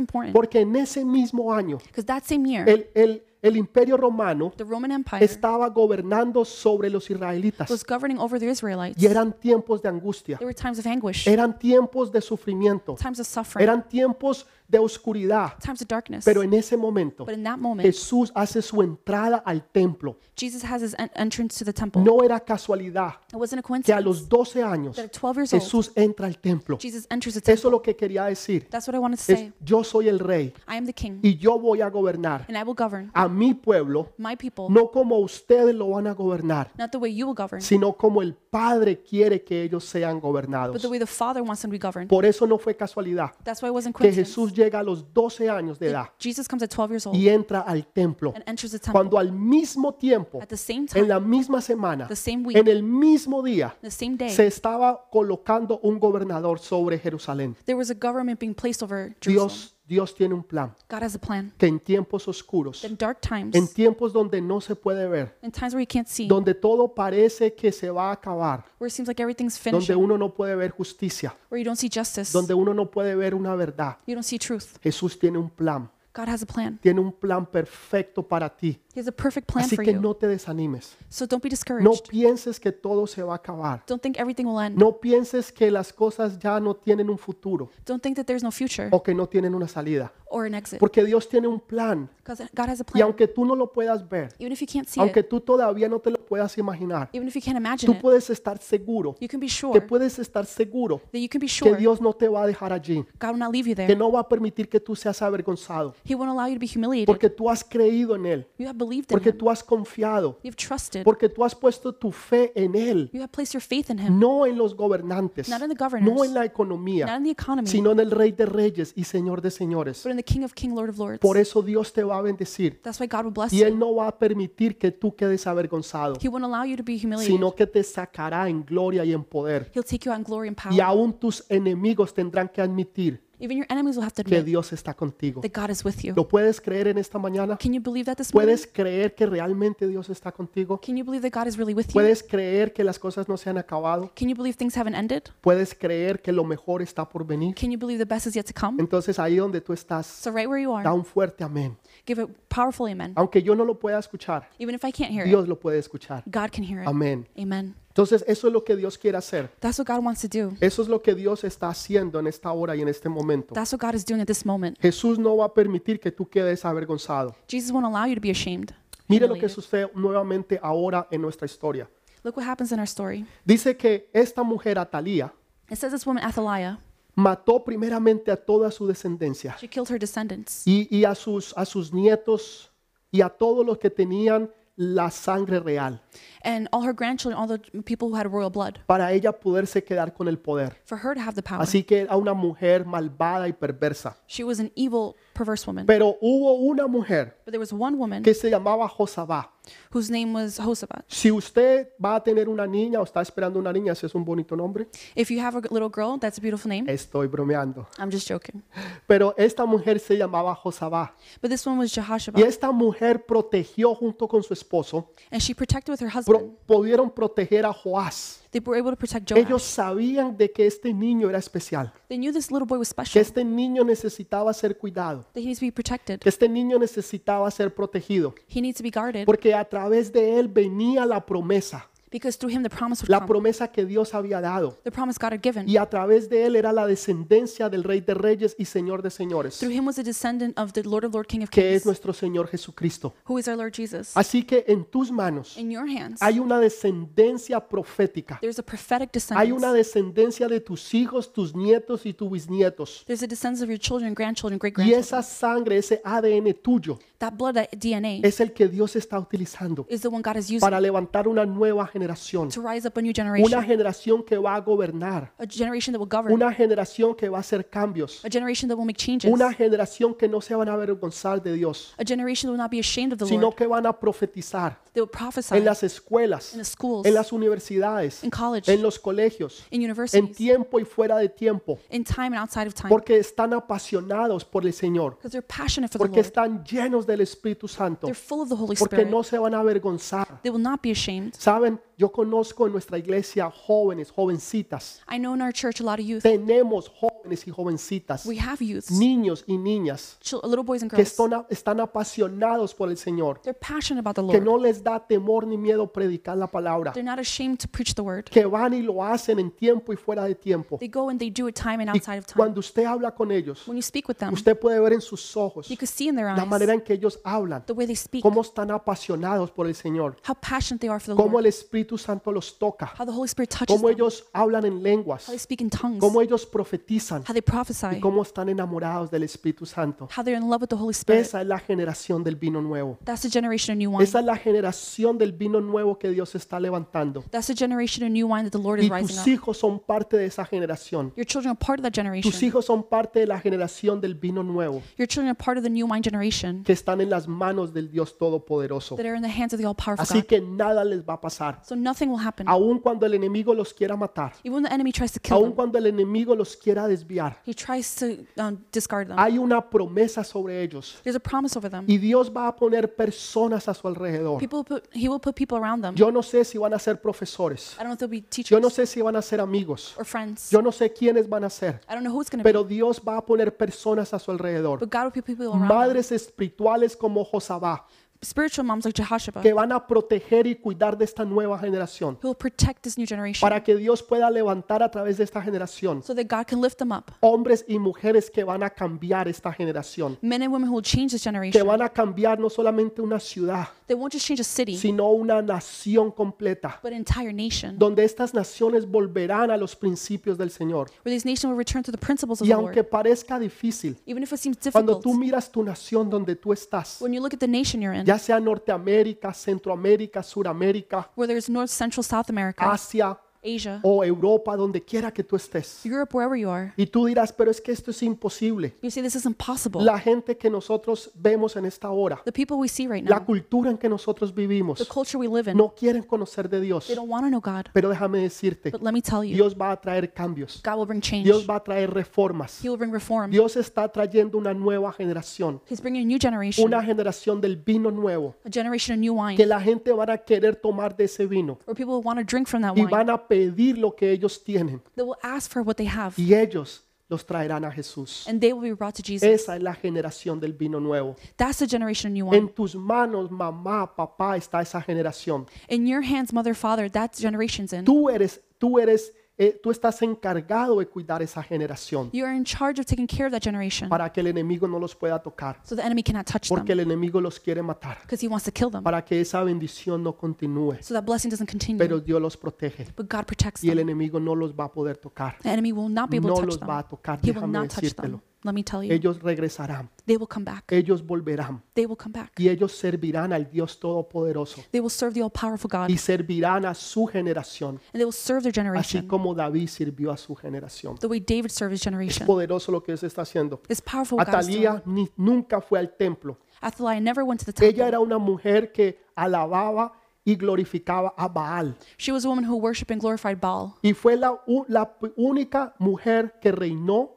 [SPEAKER 2] important?
[SPEAKER 1] Porque en ese mismo año
[SPEAKER 2] Because that same year,
[SPEAKER 1] el, el- el imperio romano
[SPEAKER 2] the Roman Empire
[SPEAKER 1] estaba gobernando sobre los israelitas
[SPEAKER 2] was governing over the Israelites.
[SPEAKER 1] y eran tiempos de angustia,
[SPEAKER 2] There were times of anguish,
[SPEAKER 1] eran tiempos de sufrimiento,
[SPEAKER 2] times of suffering,
[SPEAKER 1] eran tiempos de oscuridad,
[SPEAKER 2] times of darkness.
[SPEAKER 1] pero en ese momento
[SPEAKER 2] But in that moment,
[SPEAKER 1] Jesús hace su entrada al templo.
[SPEAKER 2] Jesus has his en- entrance to the temple.
[SPEAKER 1] No era casualidad
[SPEAKER 2] It wasn't a
[SPEAKER 1] que a
[SPEAKER 2] coincidence
[SPEAKER 1] los 12 años
[SPEAKER 2] that at 12 years old,
[SPEAKER 1] Jesús entra al templo.
[SPEAKER 2] Jesus enters the
[SPEAKER 1] Eso
[SPEAKER 2] temple.
[SPEAKER 1] es lo que quería decir.
[SPEAKER 2] That's what I wanted to
[SPEAKER 1] Es,
[SPEAKER 2] say.
[SPEAKER 1] yo soy el rey
[SPEAKER 2] I am the king,
[SPEAKER 1] y yo voy a gobernar
[SPEAKER 2] and I will govern
[SPEAKER 1] a mi pueblo,
[SPEAKER 2] my people,
[SPEAKER 1] no como ustedes lo van a gobernar,
[SPEAKER 2] not the way you will govern,
[SPEAKER 1] sino como el Padre quiere que ellos sean
[SPEAKER 2] but the
[SPEAKER 1] gobernados.
[SPEAKER 2] way the Father wants them to be governed.
[SPEAKER 1] Por eso no fue casualidad
[SPEAKER 2] That's why it wasn't
[SPEAKER 1] que
[SPEAKER 2] coincidence.
[SPEAKER 1] Jesús llega a los 12 años de edad
[SPEAKER 2] Jesus comes at 12 years old
[SPEAKER 1] y entra al templo,
[SPEAKER 2] and enters the temple.
[SPEAKER 1] cuando al mismo tiempo,
[SPEAKER 2] At the same
[SPEAKER 1] en
[SPEAKER 2] time,
[SPEAKER 1] la misma semana,
[SPEAKER 2] the same week,
[SPEAKER 1] en el mismo día,
[SPEAKER 2] the same day,
[SPEAKER 1] se estaba colocando un gobernador sobre Jerusalén.
[SPEAKER 2] there was a government being placed over Jerusalem.
[SPEAKER 1] Dios, Dios tiene un plan
[SPEAKER 2] God has a plan.
[SPEAKER 1] que en tiempos oscuros,
[SPEAKER 2] In dark
[SPEAKER 1] en
[SPEAKER 2] times,
[SPEAKER 1] tiempos donde no se puede ver,
[SPEAKER 2] in times where you can't see,
[SPEAKER 1] donde todo parece que se va a acabar,
[SPEAKER 2] where it seems like everything's finished,
[SPEAKER 1] donde uno no puede ver justicia,
[SPEAKER 2] where you don't see justice,
[SPEAKER 1] donde uno no puede ver una verdad.
[SPEAKER 2] you don't see truth.
[SPEAKER 1] Jesús tiene un plan,
[SPEAKER 2] God has a plan.
[SPEAKER 1] tiene un plan perfecto para ti.
[SPEAKER 2] He has a perfect plan
[SPEAKER 1] Así
[SPEAKER 2] for
[SPEAKER 1] que
[SPEAKER 2] you.
[SPEAKER 1] no te desanimes.
[SPEAKER 2] So don't be discouraged.
[SPEAKER 1] No pienses que todo se va a acabar.
[SPEAKER 2] Don't think everything will end.
[SPEAKER 1] No pienses que las cosas ya no tienen un futuro
[SPEAKER 2] Don't think that there's no future
[SPEAKER 1] o que no tienen una salida.
[SPEAKER 2] or an exit.
[SPEAKER 1] Oh, Porque Dios tiene un plan
[SPEAKER 2] Because God has a
[SPEAKER 1] y
[SPEAKER 2] plan.
[SPEAKER 1] aunque tú no lo puedas ver,
[SPEAKER 2] Even if you can't see
[SPEAKER 1] aunque
[SPEAKER 2] it,
[SPEAKER 1] tú todavía no te lo puedas imaginar,
[SPEAKER 2] even if you can't imagine
[SPEAKER 1] tú
[SPEAKER 2] it,
[SPEAKER 1] puedes estar seguro,
[SPEAKER 2] you can be
[SPEAKER 1] que
[SPEAKER 2] sure
[SPEAKER 1] puedes estar seguro
[SPEAKER 2] that you can be
[SPEAKER 1] que
[SPEAKER 2] sure
[SPEAKER 1] Dios no te va a dejar allí,
[SPEAKER 2] God will not leave you
[SPEAKER 1] que
[SPEAKER 2] there.
[SPEAKER 1] no va a permitir que tú seas avergonzado,
[SPEAKER 2] He won't allow you to be humiliated.
[SPEAKER 1] porque tú has creído en Él,
[SPEAKER 2] You have believed in
[SPEAKER 1] porque
[SPEAKER 2] him.
[SPEAKER 1] tú has confiado,
[SPEAKER 2] You have trusted.
[SPEAKER 1] porque tú has puesto tu fe en Él,
[SPEAKER 2] You have placed your faith in him,
[SPEAKER 1] no en los gobernantes,
[SPEAKER 2] Not in the governors.
[SPEAKER 1] no en la
[SPEAKER 2] not
[SPEAKER 1] economía,
[SPEAKER 2] in the economy,
[SPEAKER 1] sino en el Rey de Reyes y Señor de Señores.
[SPEAKER 2] but in the King of King, Lord of Lords.
[SPEAKER 1] Por eso Dios te va a bendecir
[SPEAKER 2] That's why God will bless
[SPEAKER 1] y
[SPEAKER 2] you.
[SPEAKER 1] Él no va a permitir que tú quedes avergonzado,
[SPEAKER 2] He won't allow you to be humiliated.
[SPEAKER 1] sino que te sacará en gloria y en poder.
[SPEAKER 2] He'll take you out in glory and
[SPEAKER 1] Y
[SPEAKER 2] power.
[SPEAKER 1] aún tus enemigos tendrán que admitir
[SPEAKER 2] Even your enemies will have to
[SPEAKER 1] que
[SPEAKER 2] admit
[SPEAKER 1] Dios está contigo.
[SPEAKER 2] that God is with you.
[SPEAKER 1] ¿Lo puedes creer en esta mañana?
[SPEAKER 2] Can you believe that this morning?
[SPEAKER 1] ¿Puedes creer que realmente Dios está contigo?
[SPEAKER 2] Can you believe that God is really with you?
[SPEAKER 1] ¿Puedes creer que las cosas no se han acabado?
[SPEAKER 2] Can you believe things haven't ended?
[SPEAKER 1] ¿Puedes creer que lo mejor está por venir?
[SPEAKER 2] Can you believe the best is yet to come?
[SPEAKER 1] Entonces ahí donde tú estás,
[SPEAKER 2] So right where you
[SPEAKER 1] da
[SPEAKER 2] are,
[SPEAKER 1] un fuerte amén.
[SPEAKER 2] give a powerful amen.
[SPEAKER 1] Aunque yo no lo pueda escuchar,
[SPEAKER 2] Even if I can't hear it,
[SPEAKER 1] Dios lo puede escuchar.
[SPEAKER 2] God can hear it.
[SPEAKER 1] Amén.
[SPEAKER 2] Amen.
[SPEAKER 1] Entonces eso es lo que Dios quiere hacer.
[SPEAKER 2] That's what God wants to do.
[SPEAKER 1] Eso es lo que Dios está haciendo en esta hora y en este momento.
[SPEAKER 2] That's what God is doing at this moment.
[SPEAKER 1] Jesús no va a permitir que tú quedes avergonzado.
[SPEAKER 2] Jesus won't allow you to be ashamed.
[SPEAKER 1] Mire lo que
[SPEAKER 2] humiliated.
[SPEAKER 1] sucede nuevamente ahora en nuestra historia.
[SPEAKER 2] Look what happens in our story.
[SPEAKER 1] Dice que esta mujer Atalía
[SPEAKER 2] It says this woman, Athaliah,
[SPEAKER 1] mató primeramente a toda su descendencia
[SPEAKER 2] she killed her descendants
[SPEAKER 1] y, y a, sus, a sus nietos y a todos los que tenían la sangre real.
[SPEAKER 2] and all her grandchildren, all the people who had royal blood,
[SPEAKER 1] para ella poderse quedar con el poder.
[SPEAKER 2] for her to have the power.
[SPEAKER 1] Así que era una mujer malvada y perversa.
[SPEAKER 2] She was an evil, perverse woman.
[SPEAKER 1] Pero hubo una mujer
[SPEAKER 2] But there was one woman
[SPEAKER 1] que se llamaba Josabá.
[SPEAKER 2] whose name was Hosabat.
[SPEAKER 1] Si usted va a tener una niña o está esperando una niña, ese es un bonito nombre.
[SPEAKER 2] If you have a little girl, that's a beautiful name.
[SPEAKER 1] Estoy bromeando.
[SPEAKER 2] I'm just joking.
[SPEAKER 1] Pero esta mujer se llamaba Josabá.
[SPEAKER 2] But this one was
[SPEAKER 1] Y
[SPEAKER 2] Jehoshabat,
[SPEAKER 1] esta mujer protegió junto con su esposo.
[SPEAKER 2] and she protected with her husband.
[SPEAKER 1] pro- pudieron proteger a Joás.
[SPEAKER 2] They were able to protect Joash.
[SPEAKER 1] Ellos sabían de que este niño era especial,
[SPEAKER 2] They knew this little boy was
[SPEAKER 1] que
[SPEAKER 2] special, that
[SPEAKER 1] este niño necesitaba ser cuidado,
[SPEAKER 2] he needs to be protected,
[SPEAKER 1] que este niño necesitaba ser protegido,
[SPEAKER 2] he needs to be guarded,
[SPEAKER 1] porque a través de él venía la promesa,
[SPEAKER 2] because through him the promise would
[SPEAKER 1] la
[SPEAKER 2] come.
[SPEAKER 1] promesa que Dios había dado.
[SPEAKER 2] The promise God had given.
[SPEAKER 1] Y a través de él era la descendencia del Rey de Reyes y Señor de Señores,
[SPEAKER 2] Through him was a descendant of the Lord of Lord, King of
[SPEAKER 1] que es
[SPEAKER 2] Kings,
[SPEAKER 1] nuestro Señor Jesucristo.
[SPEAKER 2] who is our Lord Jesus.
[SPEAKER 1] Así que en tus manos
[SPEAKER 2] In your hands,
[SPEAKER 1] hay una descendencia profética,
[SPEAKER 2] there's a prophetic
[SPEAKER 1] hay una
[SPEAKER 2] descendant.
[SPEAKER 1] descendencia de tus hijos, tus nietos y tus bisnietos.
[SPEAKER 2] There's a descendant of your children, grandchildren, great
[SPEAKER 1] Y
[SPEAKER 2] grandchildren.
[SPEAKER 1] esa sangre, ese ADN tuyo,
[SPEAKER 2] That blood, that DNA,
[SPEAKER 1] es el que Dios está utilizando
[SPEAKER 2] is the one God is using
[SPEAKER 1] para levantar una nueva generación.
[SPEAKER 2] to rise up a new
[SPEAKER 1] Una
[SPEAKER 2] generation,
[SPEAKER 1] generación que va a gobernar.
[SPEAKER 2] a generation that will govern,
[SPEAKER 1] Una generación que va a hacer cambios.
[SPEAKER 2] a generation that will make changes,
[SPEAKER 1] Una generación que no se van a avergonzar de Dios,
[SPEAKER 2] a generation that will not be ashamed of the
[SPEAKER 1] sino
[SPEAKER 2] Lord.
[SPEAKER 1] que van a profetizar
[SPEAKER 2] They will prophesy
[SPEAKER 1] en
[SPEAKER 2] in
[SPEAKER 1] las escuelas,
[SPEAKER 2] the schools,
[SPEAKER 1] en las universidades,
[SPEAKER 2] in college,
[SPEAKER 1] en los colegios,
[SPEAKER 2] in
[SPEAKER 1] en
[SPEAKER 2] universities,
[SPEAKER 1] tiempo y fuera de tiempo,
[SPEAKER 2] in time and outside of time,
[SPEAKER 1] porque están apasionados por el Señor,
[SPEAKER 2] because they're passionate for the
[SPEAKER 1] porque
[SPEAKER 2] Lord.
[SPEAKER 1] están llenos del Espíritu Santo,
[SPEAKER 2] They're full of the Holy
[SPEAKER 1] porque
[SPEAKER 2] Spirit.
[SPEAKER 1] no se van a avergonzar
[SPEAKER 2] They will not be ashamed.
[SPEAKER 1] Saben, yo conozco en nuestra iglesia jóvenes, jovencitas.
[SPEAKER 2] I know in our church a lot of youth.
[SPEAKER 1] Tenemos jóvenes y jovencitas,
[SPEAKER 2] We have youths,
[SPEAKER 1] niños y niñas
[SPEAKER 2] chil- little boys and
[SPEAKER 1] que
[SPEAKER 2] girls.
[SPEAKER 1] están, están apasionados por el Señor,
[SPEAKER 2] They're passionate about the
[SPEAKER 1] que
[SPEAKER 2] Lord.
[SPEAKER 1] no les da temor ni miedo predicar la palabra,
[SPEAKER 2] They're not ashamed to preach the word.
[SPEAKER 1] que van y lo hacen en tiempo y fuera de tiempo.
[SPEAKER 2] They go and they do it time and
[SPEAKER 1] Y
[SPEAKER 2] outside of time.
[SPEAKER 1] cuando usted habla con ellos,
[SPEAKER 2] When you speak with them,
[SPEAKER 1] usted puede ver en sus ojos
[SPEAKER 2] you can see in their
[SPEAKER 1] la manera
[SPEAKER 2] eyes
[SPEAKER 1] en que ellos hablan,
[SPEAKER 2] the way they speak,
[SPEAKER 1] cómo están apasionados por el Señor,
[SPEAKER 2] how passionate they are for the
[SPEAKER 1] cómo el
[SPEAKER 2] Lord,
[SPEAKER 1] Espíritu Santo los toca,
[SPEAKER 2] how the Holy Spirit touches
[SPEAKER 1] cómo
[SPEAKER 2] them, how
[SPEAKER 1] ellos hablan en lenguas,
[SPEAKER 2] they speak in tongues,
[SPEAKER 1] cómo ellos profetizan.
[SPEAKER 2] how they prophesy,
[SPEAKER 1] cómo están enamorados del Espíritu Santo.
[SPEAKER 2] how they're in love with the Holy Spirit.
[SPEAKER 1] Esa es la generación del vino nuevo.
[SPEAKER 2] That's the generation of new wine.
[SPEAKER 1] Esa es la generación del vino nuevo que Dios está levantando.
[SPEAKER 2] That's the generation of new wine that the Lord is
[SPEAKER 1] Y
[SPEAKER 2] rising
[SPEAKER 1] tus
[SPEAKER 2] up.
[SPEAKER 1] hijos son parte de esa generación.
[SPEAKER 2] Your children are part of that
[SPEAKER 1] Tus
[SPEAKER 2] generation.
[SPEAKER 1] hijos son parte de la generación del vino nuevo
[SPEAKER 2] Your children are part of the new wine generation
[SPEAKER 1] que están en las manos del Dios Todopoderoso.
[SPEAKER 2] that are in the hands of the all powerful
[SPEAKER 1] Así
[SPEAKER 2] God.
[SPEAKER 1] que nada les va a pasar.
[SPEAKER 2] So nothing will happen.
[SPEAKER 1] Aun cuando el enemigo los quiera matar,
[SPEAKER 2] Even when the enemy tries to kill
[SPEAKER 1] aun
[SPEAKER 2] them,
[SPEAKER 1] cuando el enemigo los quiera desviar,
[SPEAKER 2] he tries to um, discard them.
[SPEAKER 1] hay una promesa sobre ellos.
[SPEAKER 2] There's a promise over them.
[SPEAKER 1] Y Dios va a poner personas a su alrededor.
[SPEAKER 2] People put, he will put people around them.
[SPEAKER 1] Yo no sé si van a ser profesores.
[SPEAKER 2] I don't know if they'll be
[SPEAKER 1] Yo no
[SPEAKER 2] teachers
[SPEAKER 1] sé si van a ser amigos.
[SPEAKER 2] or friends.
[SPEAKER 1] Yo no sé quiénes van a ser.
[SPEAKER 2] I don't know who it's going to be.
[SPEAKER 1] Pero Dios va a poner personas a su alrededor.
[SPEAKER 2] But God will put people around them.
[SPEAKER 1] Madres espirituales como Josabá,
[SPEAKER 2] Spiritual moms like Jehoshaphat
[SPEAKER 1] que van a proteger y cuidar de esta nueva generación.
[SPEAKER 2] who will protect this new generation
[SPEAKER 1] Para que Dios pueda levantar a través de esta generación
[SPEAKER 2] so that God can lift them up.
[SPEAKER 1] hombres y mujeres que van a cambiar esta generación.
[SPEAKER 2] Men and women who will change this
[SPEAKER 1] Que
[SPEAKER 2] generation.
[SPEAKER 1] van a cambiar no solamente una ciudad,
[SPEAKER 2] They won't just change a city,
[SPEAKER 1] sino una nación completa.
[SPEAKER 2] but an entire nation.
[SPEAKER 1] Donde estas naciones volverán a los principios del Señor.
[SPEAKER 2] where these nations will return to the principles of
[SPEAKER 1] Y
[SPEAKER 2] the
[SPEAKER 1] aunque
[SPEAKER 2] Lord.
[SPEAKER 1] parezca difícil,
[SPEAKER 2] Even if it seems
[SPEAKER 1] cuando
[SPEAKER 2] difficult,
[SPEAKER 1] tú miras tu nación donde tú estás,
[SPEAKER 2] when you look at the nation you're in,
[SPEAKER 1] ya sea Norteamérica, Centroamérica, Suramérica,
[SPEAKER 2] whether it's North, Central, South America,
[SPEAKER 1] Asia
[SPEAKER 2] Asia,
[SPEAKER 1] o Europa, donde quiera que tú estés.
[SPEAKER 2] Europe, wherever you are,
[SPEAKER 1] Y tú dirás, pero es que esto es imposible.
[SPEAKER 2] you say this is impossible.
[SPEAKER 1] La gente que nosotros vemos en esta hora,
[SPEAKER 2] The people we see right
[SPEAKER 1] la
[SPEAKER 2] now,
[SPEAKER 1] cultura en que nosotros
[SPEAKER 2] the
[SPEAKER 1] vivimos,
[SPEAKER 2] culture we live in,
[SPEAKER 1] no quieren conocer de Dios.
[SPEAKER 2] they don't want to know God.
[SPEAKER 1] Pero déjame decirte,
[SPEAKER 2] But let me tell you,
[SPEAKER 1] Dios va a traer cambios.
[SPEAKER 2] God will bring change.
[SPEAKER 1] Dios va a traer reformas.
[SPEAKER 2] He will bring reform.
[SPEAKER 1] Dios está trayendo una nueva generación,
[SPEAKER 2] He's bringing a new generation,
[SPEAKER 1] una generación del vino nuevo,
[SPEAKER 2] a generation of new
[SPEAKER 1] que
[SPEAKER 2] wine,
[SPEAKER 1] la gente van a querer tomar de ese vino.
[SPEAKER 2] where people will want to drink from that
[SPEAKER 1] y
[SPEAKER 2] wine.
[SPEAKER 1] van a pedir lo que ellos tienen
[SPEAKER 2] They will ask for what they have,
[SPEAKER 1] y ellos los traerán a Jesús.
[SPEAKER 2] and they will be brought to Jesus.
[SPEAKER 1] Esa es la generación del vino nuevo.
[SPEAKER 2] That's the generation of new wine.
[SPEAKER 1] En tus manos, mamá, papá, está esa generación.
[SPEAKER 2] In your hands, mother, father, that generation's in.
[SPEAKER 1] Tú eres, tú eres, eh, tú estás encargado de cuidar esa generación
[SPEAKER 2] You are in charge of taking care of that generation.
[SPEAKER 1] para que el enemigo no los pueda tocar,
[SPEAKER 2] so the enemy cannot touch
[SPEAKER 1] porque
[SPEAKER 2] them
[SPEAKER 1] el enemigo los quiere matar,
[SPEAKER 2] because he wants to kill them
[SPEAKER 1] para que esa bendición no continúe.
[SPEAKER 2] so that blessing doesn't continue
[SPEAKER 1] Pero Dios los protege
[SPEAKER 2] but god protects
[SPEAKER 1] y el
[SPEAKER 2] them
[SPEAKER 1] enemigo no los va a poder tocar.
[SPEAKER 2] the enemy will not be able
[SPEAKER 1] No
[SPEAKER 2] to touch
[SPEAKER 1] los va
[SPEAKER 2] them
[SPEAKER 1] a tocar,
[SPEAKER 2] he will
[SPEAKER 1] déjame
[SPEAKER 2] not touch them
[SPEAKER 1] decírtelo.
[SPEAKER 2] Let me tell you,
[SPEAKER 1] Ellos regresarán,
[SPEAKER 2] they will come back.
[SPEAKER 1] ellos volverán
[SPEAKER 2] They will come back.
[SPEAKER 1] y ellos servirán al Dios Todopoderoso
[SPEAKER 2] They will serve the all powerful God
[SPEAKER 1] y servirán a su generación,
[SPEAKER 2] and they will serve their
[SPEAKER 1] así
[SPEAKER 2] generation
[SPEAKER 1] como David sirvió a su generación.
[SPEAKER 2] the way David served his generation.
[SPEAKER 1] Poderoso lo que Dios está haciendo.
[SPEAKER 2] It's powerful. what God is doing.
[SPEAKER 1] Atalía ni- nunca fue al templo.
[SPEAKER 2] Athaliah never went to the
[SPEAKER 1] Ella
[SPEAKER 2] temple.
[SPEAKER 1] era una mujer que alababa y glorificaba a Baal.
[SPEAKER 2] She was a woman who worshiped and glorified Baal.
[SPEAKER 1] Y fue la, u- la p- única mujer que reinó,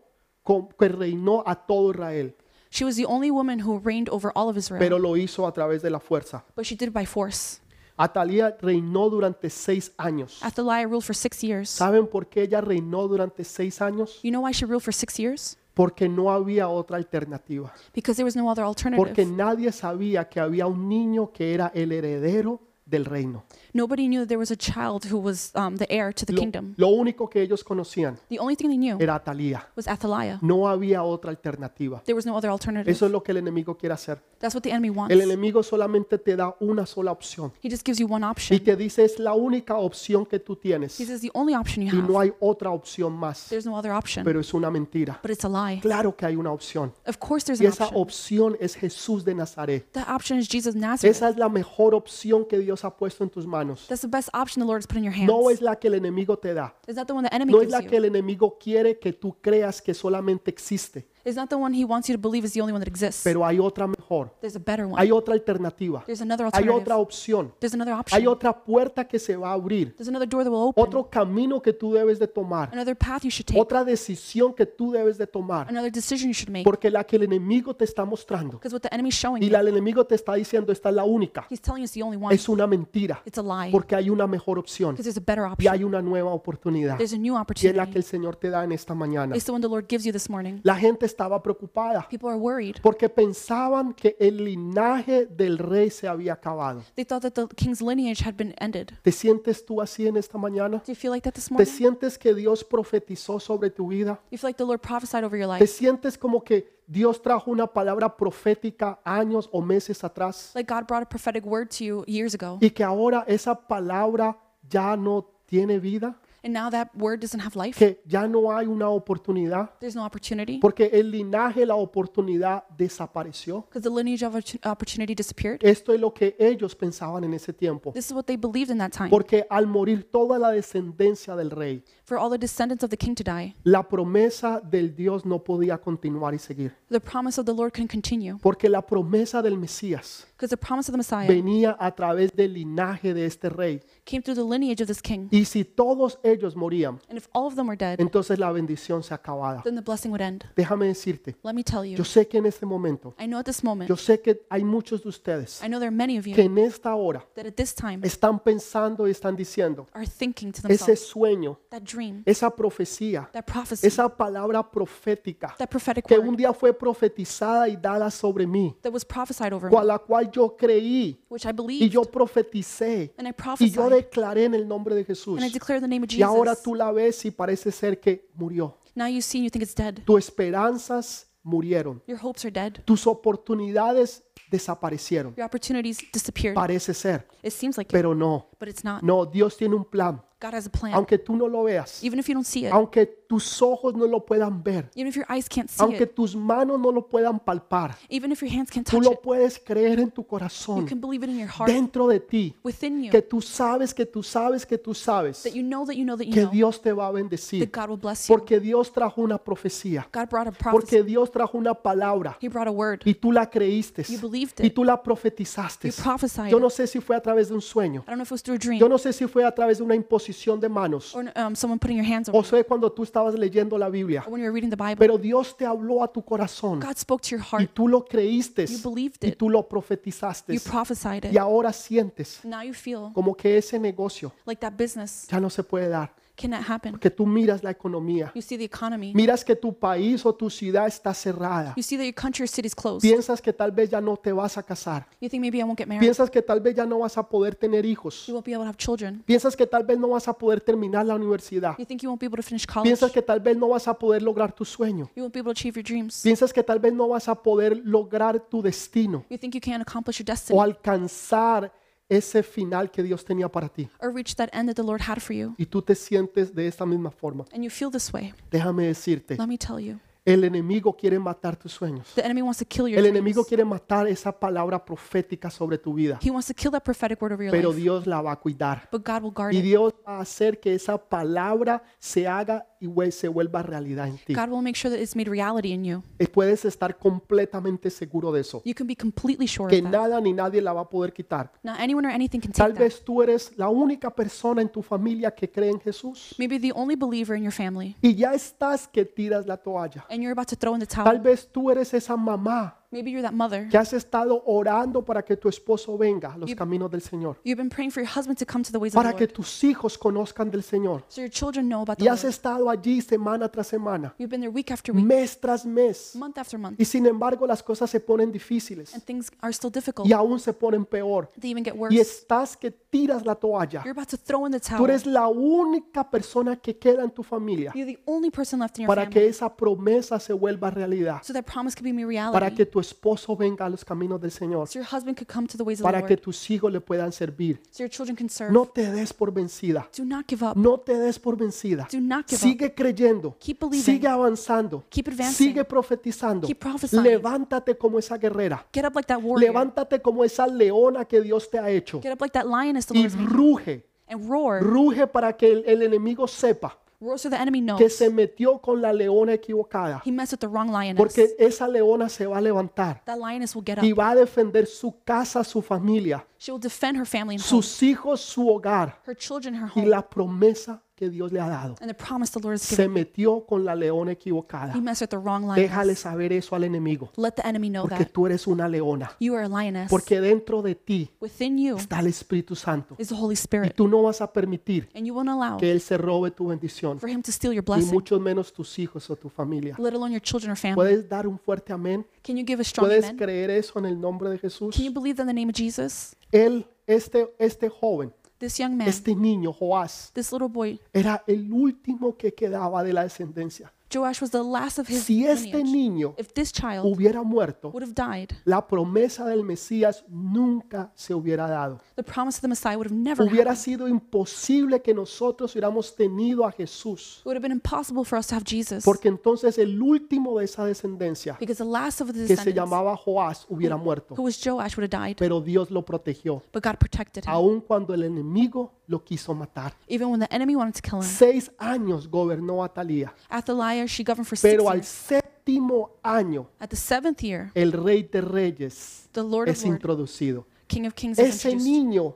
[SPEAKER 1] con- que reinó a todo Israel.
[SPEAKER 2] She was the only woman who reigned over all of Israel,
[SPEAKER 1] Pero lo hizo a través de la fuerza.
[SPEAKER 2] but she did it by force.
[SPEAKER 1] Atalía reinó durante seis años.
[SPEAKER 2] Athaliah ruled for six years.
[SPEAKER 1] ¿Saben por qué ella reinó durante seis años?
[SPEAKER 2] You know why she ruled for six years?
[SPEAKER 1] Porque no había otra alternativa.
[SPEAKER 2] Because there was no other
[SPEAKER 1] Porque
[SPEAKER 2] alternative.
[SPEAKER 1] nadie sabía que había un niño que era el heredero del reino.
[SPEAKER 2] Nobody knew there was a child who was um, the heir to the
[SPEAKER 1] Lo,
[SPEAKER 2] kingdom.
[SPEAKER 1] lo único que ellos conocían
[SPEAKER 2] The only thing they knew
[SPEAKER 1] era Atalía.
[SPEAKER 2] was Athaliah.
[SPEAKER 1] No había otra alternativa.
[SPEAKER 2] There was no other alternative.
[SPEAKER 1] Eso es lo que el enemigo quiere hacer.
[SPEAKER 2] That's what the enemy wants.
[SPEAKER 1] El enemigo solamente te da una sola opción
[SPEAKER 2] He just gives you one
[SPEAKER 1] y
[SPEAKER 2] option.
[SPEAKER 1] te dice es la única opción que tú tienes
[SPEAKER 2] He
[SPEAKER 1] y
[SPEAKER 2] says the only option you
[SPEAKER 1] no
[SPEAKER 2] have.
[SPEAKER 1] hay otra opción más.
[SPEAKER 2] There's no other option.
[SPEAKER 1] Pero es una mentira.
[SPEAKER 2] But it's a lie.
[SPEAKER 1] Claro que hay una opción
[SPEAKER 2] Of course there's
[SPEAKER 1] y
[SPEAKER 2] an
[SPEAKER 1] esa
[SPEAKER 2] option.
[SPEAKER 1] opción es Jesús de Nazaret.
[SPEAKER 2] That option is Jesus of Nazareth.
[SPEAKER 1] Esa es la mejor opción que Dios ha puesto en tus manos.
[SPEAKER 2] That's the best option the Lord has put in your hands.
[SPEAKER 1] No es la que el enemigo te da.
[SPEAKER 2] Is that the one the enemy
[SPEAKER 1] No es
[SPEAKER 2] gives
[SPEAKER 1] la que
[SPEAKER 2] you?
[SPEAKER 1] el enemigo quiere que tú creas que solamente existe.
[SPEAKER 2] Is not the one he wants you to believe is the only one that exists?
[SPEAKER 1] Pero hay otra mejor.
[SPEAKER 2] There's a better one.
[SPEAKER 1] Hay otra alternativa.
[SPEAKER 2] There's another
[SPEAKER 1] Hay
[SPEAKER 2] alternative.
[SPEAKER 1] otra opción.
[SPEAKER 2] There's another
[SPEAKER 1] Hay
[SPEAKER 2] option.
[SPEAKER 1] otra puerta que se va a abrir.
[SPEAKER 2] There's another door that will open.
[SPEAKER 1] Otro camino que tú debes de tomar.
[SPEAKER 2] Another path you should take.
[SPEAKER 1] Otra decisión que tú debes de tomar.
[SPEAKER 2] Another decision you should make.
[SPEAKER 1] Porque la que el enemigo te está mostrando.
[SPEAKER 2] Because what the enemy's showing
[SPEAKER 1] Y
[SPEAKER 2] you,
[SPEAKER 1] la el enemigo te está diciendo, esta es la única.
[SPEAKER 2] he's telling us the only one.
[SPEAKER 1] Es una mentira.
[SPEAKER 2] It's a lie.
[SPEAKER 1] Porque hay una mejor opción.
[SPEAKER 2] Because there's a better
[SPEAKER 1] Y
[SPEAKER 2] option.
[SPEAKER 1] hay una nueva oportunidad.
[SPEAKER 2] There's a
[SPEAKER 1] Y es
[SPEAKER 2] new
[SPEAKER 1] la que
[SPEAKER 2] opportunity.
[SPEAKER 1] el Señor te da en esta mañana.
[SPEAKER 2] It's the one the Lord gives you this morning.
[SPEAKER 1] La gente estaba preocupada.
[SPEAKER 2] People are worried.
[SPEAKER 1] Porque pensaban que el linaje del rey se había acabado.
[SPEAKER 2] They thought that the king's lineage had been ended.
[SPEAKER 1] ¿Te sientes tú así en esta mañana?
[SPEAKER 2] Do you feel like that this
[SPEAKER 1] ¿Te
[SPEAKER 2] morning?
[SPEAKER 1] sientes que Dios profetizó sobre tu vida?
[SPEAKER 2] You feel like the Lord prophesied over your
[SPEAKER 1] ¿Te
[SPEAKER 2] life.
[SPEAKER 1] sientes como que Dios trajo una palabra profética años o meses atrás
[SPEAKER 2] Like God brought a prophetic word to you years ago.
[SPEAKER 1] y que ahora esa palabra ya no tiene vida?
[SPEAKER 2] And now that word doesn't have life.
[SPEAKER 1] ¿Que ya no hay una oportunidad?
[SPEAKER 2] There's no opportunity.
[SPEAKER 1] Porque el linaje, la oportunidad desapareció.
[SPEAKER 2] Because the lineage of opportu- opportunity disappeared.
[SPEAKER 1] Esto es lo que ellos pensaban en ese tiempo.
[SPEAKER 2] This is what they believed in that time.
[SPEAKER 1] Porque al morir toda la descendencia del rey,
[SPEAKER 2] For all the descendants of the king to die,
[SPEAKER 1] la promesa del Dios no podía continuar y seguir.
[SPEAKER 2] the promise of the Lord can continue.
[SPEAKER 1] Porque la promesa del Mesías
[SPEAKER 2] Because the promise of the Messiah
[SPEAKER 1] venía a través del linaje de este rey.
[SPEAKER 2] came through the lineage of this king.
[SPEAKER 1] Y si todos ellos morían,
[SPEAKER 2] And if all of them were dead,
[SPEAKER 1] entonces la bendición se acababa.
[SPEAKER 2] then the blessing would end.
[SPEAKER 1] Déjame decirte,
[SPEAKER 2] Let me tell you,
[SPEAKER 1] yo sé que en este momento,
[SPEAKER 2] I know at this moment,
[SPEAKER 1] yo sé que hay muchos de ustedes
[SPEAKER 2] I know there are many of
[SPEAKER 1] que
[SPEAKER 2] you
[SPEAKER 1] en esta hora
[SPEAKER 2] that at this time
[SPEAKER 1] están pensando y están diciendo,
[SPEAKER 2] are thinking to
[SPEAKER 1] ese
[SPEAKER 2] themselves
[SPEAKER 1] sueño,
[SPEAKER 2] that dream,
[SPEAKER 1] esa profecía,
[SPEAKER 2] that prophecy,
[SPEAKER 1] esa palabra profética
[SPEAKER 2] that prophetic
[SPEAKER 1] que un
[SPEAKER 2] word
[SPEAKER 1] día fue profetizada y dada sobre mí,
[SPEAKER 2] that was prophesied over
[SPEAKER 1] cual
[SPEAKER 2] me,
[SPEAKER 1] la cual yo creí
[SPEAKER 2] which I
[SPEAKER 1] y
[SPEAKER 2] believed,
[SPEAKER 1] yo profeticé
[SPEAKER 2] and I
[SPEAKER 1] y yo
[SPEAKER 2] prophesied,
[SPEAKER 1] declaré en el nombre de Jesús.
[SPEAKER 2] and I declare the name of
[SPEAKER 1] Y ahora
[SPEAKER 2] Jesus.
[SPEAKER 1] tú la ves y parece ser que murió.
[SPEAKER 2] Now you see and you think it's dead.
[SPEAKER 1] Tus esperanzas murieron.
[SPEAKER 2] Your hopes are dead.
[SPEAKER 1] Tus oportunidades desaparecieron.
[SPEAKER 2] Your opportunities disappeared.
[SPEAKER 1] Parece ser,
[SPEAKER 2] It seems like it,
[SPEAKER 1] pero no.
[SPEAKER 2] but it's not.
[SPEAKER 1] No, Dios tiene un plan.
[SPEAKER 2] God has a plan.
[SPEAKER 1] Aunque tú no lo veas,
[SPEAKER 2] Even if you don't see it,
[SPEAKER 1] aunque tus ojos no lo puedan ver,
[SPEAKER 2] even if your eyes can't see
[SPEAKER 1] aunque
[SPEAKER 2] it,
[SPEAKER 1] tus manos no lo puedan palpar,
[SPEAKER 2] even if your hands can't
[SPEAKER 1] tú
[SPEAKER 2] touch
[SPEAKER 1] lo
[SPEAKER 2] it,
[SPEAKER 1] puedes creer en tu
[SPEAKER 2] you
[SPEAKER 1] corazón,
[SPEAKER 2] can believe it in your heart,
[SPEAKER 1] dentro de ti,
[SPEAKER 2] within you,
[SPEAKER 1] que tú sabes, que tú sabes, que tú sabes
[SPEAKER 2] that you know that you know that you
[SPEAKER 1] que
[SPEAKER 2] know
[SPEAKER 1] Dios te va a
[SPEAKER 2] that
[SPEAKER 1] bendecir,
[SPEAKER 2] God will bless you.
[SPEAKER 1] porque Dios trajo una profecía,
[SPEAKER 2] God brought a prophecy.
[SPEAKER 1] porque Dios trajo una palabra
[SPEAKER 2] He brought a word.
[SPEAKER 1] y tú la creíste
[SPEAKER 2] You believed
[SPEAKER 1] y
[SPEAKER 2] it.
[SPEAKER 1] tú la profetizaste.
[SPEAKER 2] You prophesied.
[SPEAKER 1] Yo
[SPEAKER 2] it.
[SPEAKER 1] no sé si fue a través de un sueño.
[SPEAKER 2] I don't know if it was through
[SPEAKER 1] Yo
[SPEAKER 2] a dream
[SPEAKER 1] no sé si fue a través de una imposición de manos.
[SPEAKER 2] or um, someone putting your hands
[SPEAKER 1] O
[SPEAKER 2] over you
[SPEAKER 1] fue cuando tú estabas leyendo la Biblia.
[SPEAKER 2] or when you were reading the Bible.
[SPEAKER 1] Pero Dios te habló a tu corazón
[SPEAKER 2] God spoke to your
[SPEAKER 1] y
[SPEAKER 2] heart.
[SPEAKER 1] tú lo creíste
[SPEAKER 2] You believed
[SPEAKER 1] y
[SPEAKER 2] it.
[SPEAKER 1] tú lo profetizaste.
[SPEAKER 2] You prophesied
[SPEAKER 1] Y
[SPEAKER 2] it.
[SPEAKER 1] ahora sientes
[SPEAKER 2] Now you feel
[SPEAKER 1] como que ese negocio
[SPEAKER 2] like that business
[SPEAKER 1] ya no se puede dar.
[SPEAKER 2] cannot happen.
[SPEAKER 1] Que tú miras la economía.
[SPEAKER 2] You see the economy.
[SPEAKER 1] Miras que tu país o tu ciudad está cerrada.
[SPEAKER 2] You see that your country or city's closed.
[SPEAKER 1] Piensas que tal vez ya no te vas a casar.
[SPEAKER 2] You think maybe I won't get married.
[SPEAKER 1] Piensas que tal vez ya no vas a poder tener hijos.
[SPEAKER 2] You won't be able to have children.
[SPEAKER 1] Piensas que tal vez no vas a poder terminar la universidad.
[SPEAKER 2] You think you won't be able to finish college.
[SPEAKER 1] Piensas que tal vez no vas a poder lograr tu sueño.
[SPEAKER 2] You won't be able to achieve your dreams.
[SPEAKER 1] Piensas que tal vez no vas a poder lograr tu destino
[SPEAKER 2] You think you can't accomplish your
[SPEAKER 1] o
[SPEAKER 2] destiny
[SPEAKER 1] alcanzar ese final que Dios tenía para ti.
[SPEAKER 2] or reach that end that the Lord had for you.
[SPEAKER 1] Y tú te sientes de esta misma forma.
[SPEAKER 2] And you feel this way.
[SPEAKER 1] Déjame decirte,
[SPEAKER 2] Let me tell you,
[SPEAKER 1] El enemigo quiere matar tus sueños.
[SPEAKER 2] The enemy wants to kill your
[SPEAKER 1] El
[SPEAKER 2] dreams.
[SPEAKER 1] enemigo quiere matar esa palabra profética sobre tu vida.
[SPEAKER 2] He wants to kill that prophetic word over your
[SPEAKER 1] Pero
[SPEAKER 2] life.
[SPEAKER 1] Dios la va a cuidar.
[SPEAKER 2] But God will guard
[SPEAKER 1] Y
[SPEAKER 2] it.
[SPEAKER 1] Dios va a hacer que esa palabra se haga y hue- se vuelva realidad en ti.
[SPEAKER 2] God will make sure that it's made reality in you.
[SPEAKER 1] Y Puedes estar completamente seguro de eso.
[SPEAKER 2] You can be completely sure
[SPEAKER 1] Que
[SPEAKER 2] of that.
[SPEAKER 1] nada ni nadie la va a poder quitar.
[SPEAKER 2] Not anyone or anything can
[SPEAKER 1] Tal
[SPEAKER 2] take that.
[SPEAKER 1] vez tú eres la única persona en tu familia que cree en Jesús.
[SPEAKER 2] Maybe the only believer in your family,
[SPEAKER 1] Y ya estás que tiras la toalla.
[SPEAKER 2] and you're about to throw in the
[SPEAKER 1] Tal
[SPEAKER 2] towel.
[SPEAKER 1] vez tú eres esa mamá
[SPEAKER 2] Maybe you're that mother.
[SPEAKER 1] que has estado orando para que tu esposo venga a los caminos del Señor.
[SPEAKER 2] You've been praying for your husband to come to the ways of the
[SPEAKER 1] Para que
[SPEAKER 2] Lord,
[SPEAKER 1] tus hijos conozcan del Señor.
[SPEAKER 2] so your children know about the
[SPEAKER 1] Y has
[SPEAKER 2] Lord.
[SPEAKER 1] estado allí semana tras semana,
[SPEAKER 2] You've been there week after week,
[SPEAKER 1] mes tras mes.
[SPEAKER 2] month after month,
[SPEAKER 1] Mm. Y sin embargo las cosas se ponen difíciles
[SPEAKER 2] and things are still difficult.
[SPEAKER 1] y aún se ponen peor.
[SPEAKER 2] They even get
[SPEAKER 1] Y
[SPEAKER 2] worse.
[SPEAKER 1] estás que tiras la toalla.
[SPEAKER 2] You're about to throw in the
[SPEAKER 1] Tú
[SPEAKER 2] towel.
[SPEAKER 1] eres la única persona que queda en tu familia
[SPEAKER 2] You're the only person left in your
[SPEAKER 1] para
[SPEAKER 2] family,
[SPEAKER 1] que esa promesa se vuelva realidad.
[SPEAKER 2] so that promise could be made
[SPEAKER 1] Para
[SPEAKER 2] reality.
[SPEAKER 1] que tu esposo venga a los caminos del Señor.
[SPEAKER 2] So your husband could come to the ways of the
[SPEAKER 1] Para que
[SPEAKER 2] Lord,
[SPEAKER 1] tus hijos le puedan servir.
[SPEAKER 2] so your children can serve.
[SPEAKER 1] No te des por vencida.
[SPEAKER 2] Do not give up.
[SPEAKER 1] No te des por vencida.
[SPEAKER 2] Do not give up.
[SPEAKER 1] Sigue creyendo.
[SPEAKER 2] Keep believing.
[SPEAKER 1] Sigue avanzando.
[SPEAKER 2] Keep advancing.
[SPEAKER 1] Sigue profetizando.
[SPEAKER 2] Keep prophesying.
[SPEAKER 1] Levántate como esa guerrera.
[SPEAKER 2] Get up like that warrior.
[SPEAKER 1] Levántate como esa leona que Dios te ha hecho.
[SPEAKER 2] Get up like that lioness the
[SPEAKER 1] Y
[SPEAKER 2] Lord's made you.
[SPEAKER 1] ruge.
[SPEAKER 2] and roar.
[SPEAKER 1] Ruge para que el, el enemigo sepa
[SPEAKER 2] Roar so the enemy
[SPEAKER 1] que
[SPEAKER 2] knows
[SPEAKER 1] se metió con la leona equivocada.
[SPEAKER 2] he messed with the wrong lioness.
[SPEAKER 1] Porque esa leona se va a levantar
[SPEAKER 2] That lioness will get up.
[SPEAKER 1] y va a defender su casa, su familia,
[SPEAKER 2] She will defend her family and home,
[SPEAKER 1] sus hijos, su hogar
[SPEAKER 2] her children, her
[SPEAKER 1] y
[SPEAKER 2] home,
[SPEAKER 1] la promesa que Dios le ha dado.
[SPEAKER 2] and the promise the Lord has given.
[SPEAKER 1] Se metió con la leona
[SPEAKER 2] He
[SPEAKER 1] equivocada.
[SPEAKER 2] messed with the wrong
[SPEAKER 1] Déjale
[SPEAKER 2] lioness.
[SPEAKER 1] saber eso al enemigo.
[SPEAKER 2] Let the enemy know
[SPEAKER 1] Porque
[SPEAKER 2] that
[SPEAKER 1] tú eres una leona.
[SPEAKER 2] you are a lioness.
[SPEAKER 1] Porque dentro de ti
[SPEAKER 2] Within you
[SPEAKER 1] está el Espíritu Santo.
[SPEAKER 2] is the Holy
[SPEAKER 1] Y
[SPEAKER 2] Spirit,
[SPEAKER 1] tú no vas a permitir
[SPEAKER 2] and you won't allow
[SPEAKER 1] que Él se robe tu bendición.
[SPEAKER 2] for him to steal your
[SPEAKER 1] Y
[SPEAKER 2] blessing,
[SPEAKER 1] mucho menos tus hijos o tu familia.
[SPEAKER 2] let alone your children or family.
[SPEAKER 1] ¿Puedes dar un fuerte amén?
[SPEAKER 2] Can you give a strong
[SPEAKER 1] ¿Puedes
[SPEAKER 2] amen?
[SPEAKER 1] creer eso en el nombre de Jesús?
[SPEAKER 2] Can you believe that in the name of Jesus?
[SPEAKER 1] Él, este, este joven,
[SPEAKER 2] This young man,
[SPEAKER 1] este niño, Joás,
[SPEAKER 2] this little boy,
[SPEAKER 1] era el último que quedaba de la descendencia.
[SPEAKER 2] Joash was the last of his
[SPEAKER 1] Si este
[SPEAKER 2] lineage.
[SPEAKER 1] niño
[SPEAKER 2] If this child
[SPEAKER 1] hubiera muerto,
[SPEAKER 2] would have died,
[SPEAKER 1] la promesa del Mesías nunca se hubiera dado.
[SPEAKER 2] the promise of the Messiah would have never happened.
[SPEAKER 1] Hubiera sido imposible que nosotros hubiéramos tenido a Jesús,
[SPEAKER 2] It would have been impossible for us to have Jesus
[SPEAKER 1] porque entonces el último de esa descendencia,
[SPEAKER 2] because the last of the
[SPEAKER 1] que se
[SPEAKER 2] descendants,
[SPEAKER 1] llamaba Joás, hubiera muerto.
[SPEAKER 2] who was Joash, would have died.
[SPEAKER 1] Pero Dios lo protegió,
[SPEAKER 2] But God protected him,
[SPEAKER 1] aun cuando el enemigo lo quiso matar.
[SPEAKER 2] even when the enemy wanted to kill him.
[SPEAKER 1] Seis años gobernó Atalía,
[SPEAKER 2] Athaliah, she governed for six
[SPEAKER 1] pero al
[SPEAKER 2] years.
[SPEAKER 1] séptimo año
[SPEAKER 2] At the seventh year,
[SPEAKER 1] el rey de reyes
[SPEAKER 2] the Lord of
[SPEAKER 1] es
[SPEAKER 2] Lords,
[SPEAKER 1] introducido.
[SPEAKER 2] King of Kings, is
[SPEAKER 1] Ese
[SPEAKER 2] introduced.
[SPEAKER 1] niño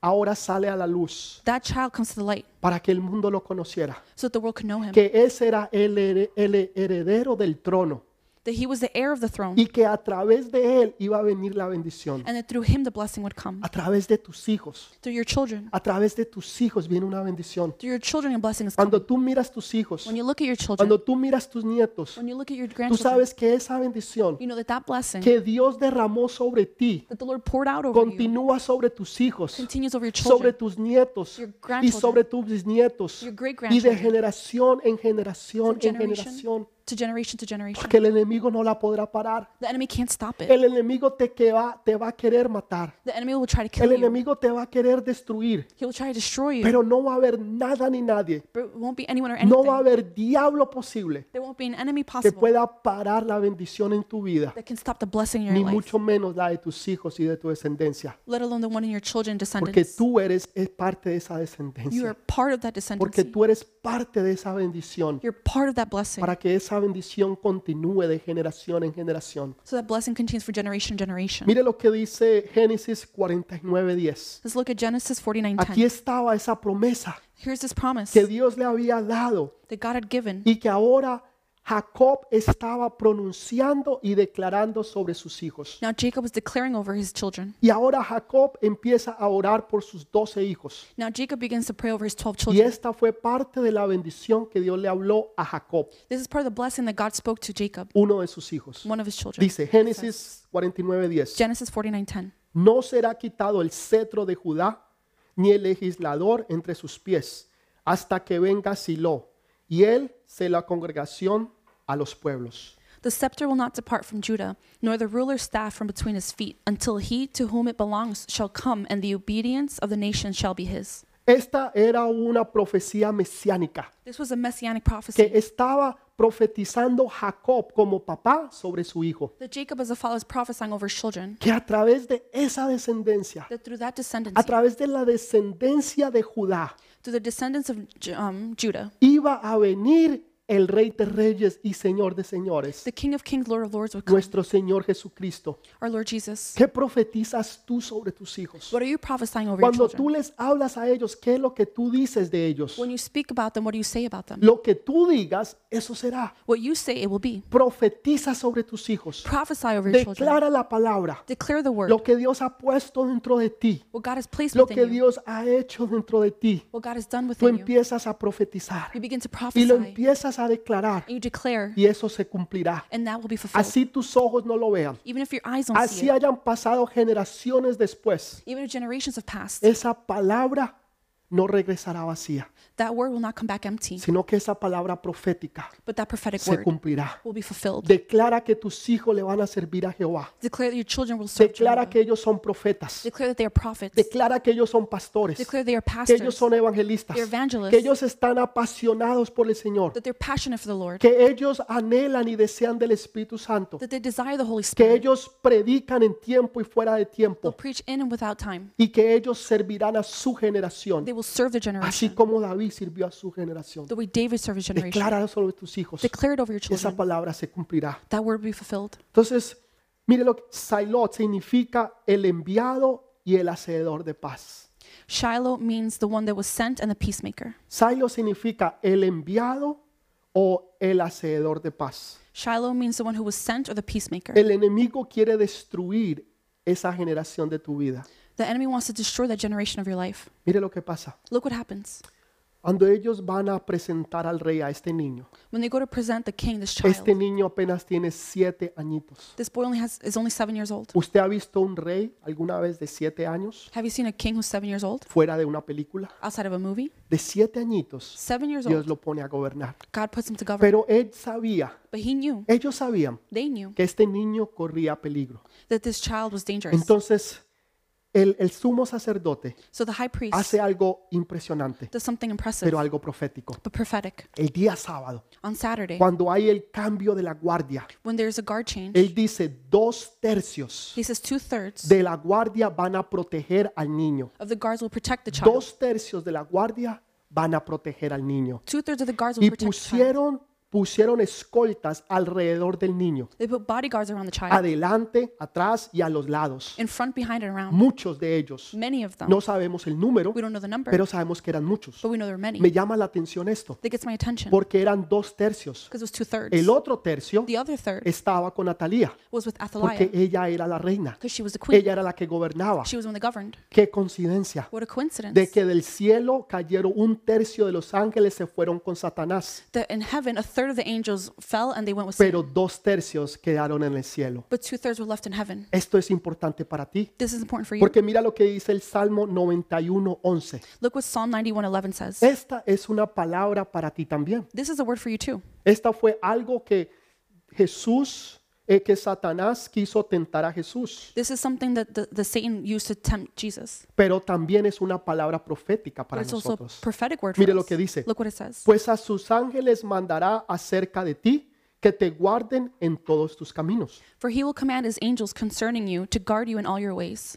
[SPEAKER 1] ahora sale a la luz
[SPEAKER 2] That child comes to the light
[SPEAKER 1] para que el mundo lo conociera,
[SPEAKER 2] so that the world can know him.
[SPEAKER 1] que ese era el, here- el heredero del trono
[SPEAKER 2] That he was the heir of the throne
[SPEAKER 1] y que a través de él iba a venir la bendición.
[SPEAKER 2] and that through him the blessing would come.
[SPEAKER 1] A través de tus hijos,
[SPEAKER 2] Through your children.
[SPEAKER 1] a través de tus hijos viene una bendición.
[SPEAKER 2] Through your children, your blessing is coming.
[SPEAKER 1] Cuando tú miras tus hijos,
[SPEAKER 2] When you look at your children,
[SPEAKER 1] cuando tú miras tus nietos,
[SPEAKER 2] when you look at your
[SPEAKER 1] tú
[SPEAKER 2] grandchildren,
[SPEAKER 1] sabes que esa bendición
[SPEAKER 2] you know that that blessing
[SPEAKER 1] que Dios derramó sobre ti
[SPEAKER 2] that the Lord poured out over you
[SPEAKER 1] continúa sobre tus hijos,
[SPEAKER 2] continues over your
[SPEAKER 1] sobre
[SPEAKER 2] children,
[SPEAKER 1] tus nietos
[SPEAKER 2] Your
[SPEAKER 1] y
[SPEAKER 2] grandchildren.
[SPEAKER 1] sobre tus bisnietos
[SPEAKER 2] Your great
[SPEAKER 1] y de
[SPEAKER 2] grandchildren.
[SPEAKER 1] generación en generación
[SPEAKER 2] From
[SPEAKER 1] en
[SPEAKER 2] generation.
[SPEAKER 1] generación
[SPEAKER 2] to generation to generation.
[SPEAKER 1] porque el enemigo no la podrá parar
[SPEAKER 2] The enemy can't stop it.
[SPEAKER 1] el enemigo te, que va, te va a querer matar
[SPEAKER 2] The enemy will try to
[SPEAKER 1] el
[SPEAKER 2] kill you.
[SPEAKER 1] enemigo te va a querer destruir
[SPEAKER 2] He will try to destroy you.
[SPEAKER 1] pero no va a haber nada ni nadie
[SPEAKER 2] But it won't be anyone or
[SPEAKER 1] no va a
[SPEAKER 2] anything.
[SPEAKER 1] haber diablo posible
[SPEAKER 2] There won't be an enemy
[SPEAKER 1] que
[SPEAKER 2] possible
[SPEAKER 1] pueda parar la bendición en tu vida
[SPEAKER 2] that can stop the blessing in
[SPEAKER 1] ni
[SPEAKER 2] your life,
[SPEAKER 1] mucho menos la de tus hijos y de tu descendencia
[SPEAKER 2] let alone the one in your children
[SPEAKER 1] porque
[SPEAKER 2] descendants.
[SPEAKER 1] tú eres es parte de esa
[SPEAKER 2] You
[SPEAKER 1] descendencia
[SPEAKER 2] are part of that
[SPEAKER 1] porque
[SPEAKER 2] descendancy.
[SPEAKER 1] tú eres parte de esa bendición
[SPEAKER 2] You're part of that blessing.
[SPEAKER 1] para que esa bendición continúe de generación en generación.
[SPEAKER 2] So that blessing continues for generation to generation.
[SPEAKER 1] Mire lo que dice Génesis 49:10.
[SPEAKER 2] Let's look at Genesis
[SPEAKER 1] Aquí
[SPEAKER 2] 49:10.
[SPEAKER 1] estaba esa promesa
[SPEAKER 2] Here's this promise
[SPEAKER 1] que Dios le había dado
[SPEAKER 2] that God had given
[SPEAKER 1] y que ahora Jacob estaba pronunciando y declarando sobre sus hijos.
[SPEAKER 2] Now Jacob was declaring over his children.
[SPEAKER 1] Y ahora Jacob empieza a orar por sus doce hijos.
[SPEAKER 2] Now Jacob begins to pray over his 12
[SPEAKER 1] Y
[SPEAKER 2] children.
[SPEAKER 1] esta fue parte de la bendición que Dios le habló a Jacob,
[SPEAKER 2] This is part of the blessing that God spoke to Jacob,
[SPEAKER 1] uno de sus hijos.
[SPEAKER 2] one of his children.
[SPEAKER 1] Dice Génesis 49:10.
[SPEAKER 2] Genesis 49:10.
[SPEAKER 1] No será quitado el cetro de Judá, ni el legislador entre sus pies, hasta que venga Silo, y él se la congregación a los pueblos.
[SPEAKER 2] The scepter will not depart from Judah, nor the ruler's staff from between his feet, until he to whom it belongs shall come, and the obedience of the nation shall be his.
[SPEAKER 1] Esta era una profecía mesiánica
[SPEAKER 2] This was a messianic
[SPEAKER 1] que
[SPEAKER 2] prophecy
[SPEAKER 1] estaba profetizando Jacob como papá sobre su hijo,
[SPEAKER 2] that Jacob as a father is prophesying over his children,
[SPEAKER 1] que a través de esa descendencia,
[SPEAKER 2] that through that
[SPEAKER 1] a
[SPEAKER 2] descendancy,
[SPEAKER 1] través de la descendencia de Judá,
[SPEAKER 2] through the descendants of Ju- um, Judah,
[SPEAKER 1] iba a venir el rey de reyes y señor de señores,
[SPEAKER 2] the King of Kings, Lord of Lords would come,
[SPEAKER 1] nuestro Señor Jesucristo.
[SPEAKER 2] our Lord Jesus.
[SPEAKER 1] ¿Qué profetizas tú sobre tus hijos?
[SPEAKER 2] What are you prophesying over your
[SPEAKER 1] Cuando tú
[SPEAKER 2] children?
[SPEAKER 1] les hablas a ellos, ¿qué es lo que tú dices de ellos?
[SPEAKER 2] When you speak about them, what do you say about them?
[SPEAKER 1] Lo que tú digas, eso será.
[SPEAKER 2] What you say, it will be.
[SPEAKER 1] Profetiza sobre tus hijos.
[SPEAKER 2] Prophesy over your children.
[SPEAKER 1] Declara la palabra.
[SPEAKER 2] Declare the word.
[SPEAKER 1] Lo que Dios ha puesto dentro de ti.
[SPEAKER 2] What God has placed
[SPEAKER 1] Lo que
[SPEAKER 2] within you.
[SPEAKER 1] Dios ha hecho dentro de ti.
[SPEAKER 2] What God has done
[SPEAKER 1] Tú
[SPEAKER 2] within you.
[SPEAKER 1] empiezas a profetizar.
[SPEAKER 2] You begin
[SPEAKER 1] Y
[SPEAKER 2] to prophesy.
[SPEAKER 1] lo
[SPEAKER 2] And
[SPEAKER 1] empiezas a declarar.
[SPEAKER 2] you declare.
[SPEAKER 1] Y eso se cumplirá.
[SPEAKER 2] And that will be fulfilled.
[SPEAKER 1] Así tus ojos no lo vean.
[SPEAKER 2] Even if your eyes don't see
[SPEAKER 1] Así
[SPEAKER 2] it.
[SPEAKER 1] hayan pasado generaciones después.
[SPEAKER 2] Even if generations have passed.
[SPEAKER 1] Esa palabra no regresará vacía.
[SPEAKER 2] That word will not come back empty.
[SPEAKER 1] Sino que esa palabra profética
[SPEAKER 2] But that prophetic
[SPEAKER 1] se
[SPEAKER 2] word
[SPEAKER 1] cumplirá.
[SPEAKER 2] will be fulfilled.
[SPEAKER 1] Declara que tus hijos le van a servir a Jehová.
[SPEAKER 2] Declare that your children will serve
[SPEAKER 1] Declara
[SPEAKER 2] Jehovah.
[SPEAKER 1] que ellos son profetas.
[SPEAKER 2] Declare that they are prophets.
[SPEAKER 1] Declara que ellos son pastores.
[SPEAKER 2] Declare they are
[SPEAKER 1] Que ellos
[SPEAKER 2] pastors.
[SPEAKER 1] son evangelistas.
[SPEAKER 2] They're evangelists.
[SPEAKER 1] Que ellos están apasionados por el Señor.
[SPEAKER 2] That they're passionate for the Lord.
[SPEAKER 1] Que ellos anhelan y desean del Espíritu Santo.
[SPEAKER 2] That they desire the Holy
[SPEAKER 1] Que
[SPEAKER 2] Spirit.
[SPEAKER 1] ellos predican en tiempo y fuera de
[SPEAKER 2] They'll
[SPEAKER 1] tiempo.
[SPEAKER 2] preach in and without time.
[SPEAKER 1] Y que ellos servirán a su generación.
[SPEAKER 2] They will serve their
[SPEAKER 1] Así
[SPEAKER 2] generation.
[SPEAKER 1] como David sirvió a su generación.
[SPEAKER 2] The way David served his generation.
[SPEAKER 1] Declara sobre tus hijos.
[SPEAKER 2] Declare it over your
[SPEAKER 1] Esa
[SPEAKER 2] children.
[SPEAKER 1] palabra se cumplirá.
[SPEAKER 2] That word will be fulfilled.
[SPEAKER 1] Entonces, mire lo que Sailot significa el enviado y el hacedor de paz.
[SPEAKER 2] Shiloh means the one that was sent and the peacemaker.
[SPEAKER 1] Sailot significa el enviado o el hacedor de paz.
[SPEAKER 2] Shiloh means the one who was sent or the peacemaker.
[SPEAKER 1] El enemigo quiere destruir esa generación de tu vida.
[SPEAKER 2] The enemy wants to destroy that generation of your life.
[SPEAKER 1] Mire lo que pasa.
[SPEAKER 2] Look what happens.
[SPEAKER 1] Cuando ellos van a presentar al rey a este niño,
[SPEAKER 2] When they go to present the king, this child,
[SPEAKER 1] este niño apenas tiene siete añitos.
[SPEAKER 2] this boy only has, is only seven years old.
[SPEAKER 1] ¿Usted ha visto un rey alguna vez de siete años
[SPEAKER 2] Have you seen a king who's seven years old
[SPEAKER 1] fuera de una película?
[SPEAKER 2] outside of a movie?
[SPEAKER 1] De siete añitos,
[SPEAKER 2] Seven years
[SPEAKER 1] Dios
[SPEAKER 2] old.
[SPEAKER 1] lo pone a gobernar.
[SPEAKER 2] God puts him to govern.
[SPEAKER 1] Pero él sabía,
[SPEAKER 2] But he knew,
[SPEAKER 1] ellos sabían
[SPEAKER 2] they knew,
[SPEAKER 1] que este niño corría peligro.
[SPEAKER 2] that this child was dangerous.
[SPEAKER 1] Entonces, el, el sumo sacerdote
[SPEAKER 2] So the high priest
[SPEAKER 1] hace algo impresionante,
[SPEAKER 2] does something impressive,
[SPEAKER 1] pero algo profético.
[SPEAKER 2] but prophetic.
[SPEAKER 1] El día sábado,
[SPEAKER 2] On Saturday,
[SPEAKER 1] cuando hay el cambio de la guardia,
[SPEAKER 2] when there's a guard change,
[SPEAKER 1] él dice dos tercios
[SPEAKER 2] he says two thirds
[SPEAKER 1] de la guardia van a proteger al niño.
[SPEAKER 2] of the guards will protect the child.
[SPEAKER 1] Dos tercios de la guardia van a proteger al niño.
[SPEAKER 2] Two thirds of the guards will
[SPEAKER 1] Y
[SPEAKER 2] protect the child.
[SPEAKER 1] pusieron, pusieron escoltas alrededor del niño,
[SPEAKER 2] They put bodyguards around the child,
[SPEAKER 1] adelante, atrás y a los lados.
[SPEAKER 2] in front, behind, and around.
[SPEAKER 1] Muchos de ellos.
[SPEAKER 2] Many of them.
[SPEAKER 1] No sabemos el número,
[SPEAKER 2] We don't know the number,
[SPEAKER 1] pero sabemos que eran muchos.
[SPEAKER 2] but we know there are many.
[SPEAKER 1] Me llama la atención esto,
[SPEAKER 2] That gets my attention because
[SPEAKER 1] porque eran dos tercios.
[SPEAKER 2] it was two thirds.
[SPEAKER 1] El otro tercio
[SPEAKER 2] The other third
[SPEAKER 1] estaba con Atalía,
[SPEAKER 2] was with
[SPEAKER 1] porque
[SPEAKER 2] Athaliah
[SPEAKER 1] ella era la reina.
[SPEAKER 2] because she was the queen.
[SPEAKER 1] Ella era la que gobernaba.
[SPEAKER 2] She was the one that governed.
[SPEAKER 1] Qué coincidencia.
[SPEAKER 2] What a coincidence
[SPEAKER 1] De que del cielo cayeron un tercio de los ángeles se fueron con Satanás,
[SPEAKER 2] that in heaven a third of the angels fell and they went with Satan,
[SPEAKER 1] pero dos tercios quedaron en el cielo.
[SPEAKER 2] but two thirds were left in heaven.
[SPEAKER 1] Esto es importante para ti,
[SPEAKER 2] This is important for you.
[SPEAKER 1] porque mira lo que dice el Salmo 91:11.
[SPEAKER 2] Look what Psalm 91:11 says.
[SPEAKER 1] Esta es una palabra para ti también.
[SPEAKER 2] This is a word for you too.
[SPEAKER 1] Esta fue algo que Jesús, eh, que Satanás quiso tentar a Jesús,
[SPEAKER 2] This is something that the, the Satan used to tempt Jesus.
[SPEAKER 1] pero también es una palabra profética
[SPEAKER 2] But
[SPEAKER 1] para
[SPEAKER 2] it's also a
[SPEAKER 1] nosotros.
[SPEAKER 2] prophetic word for
[SPEAKER 1] Mire lo
[SPEAKER 2] us.
[SPEAKER 1] que dice.
[SPEAKER 2] Look what it says.
[SPEAKER 1] Pues a sus ángeles mandará acerca de ti que te guarden en todos tus caminos.
[SPEAKER 2] For he will command his angels concerning you to guard you in all your ways.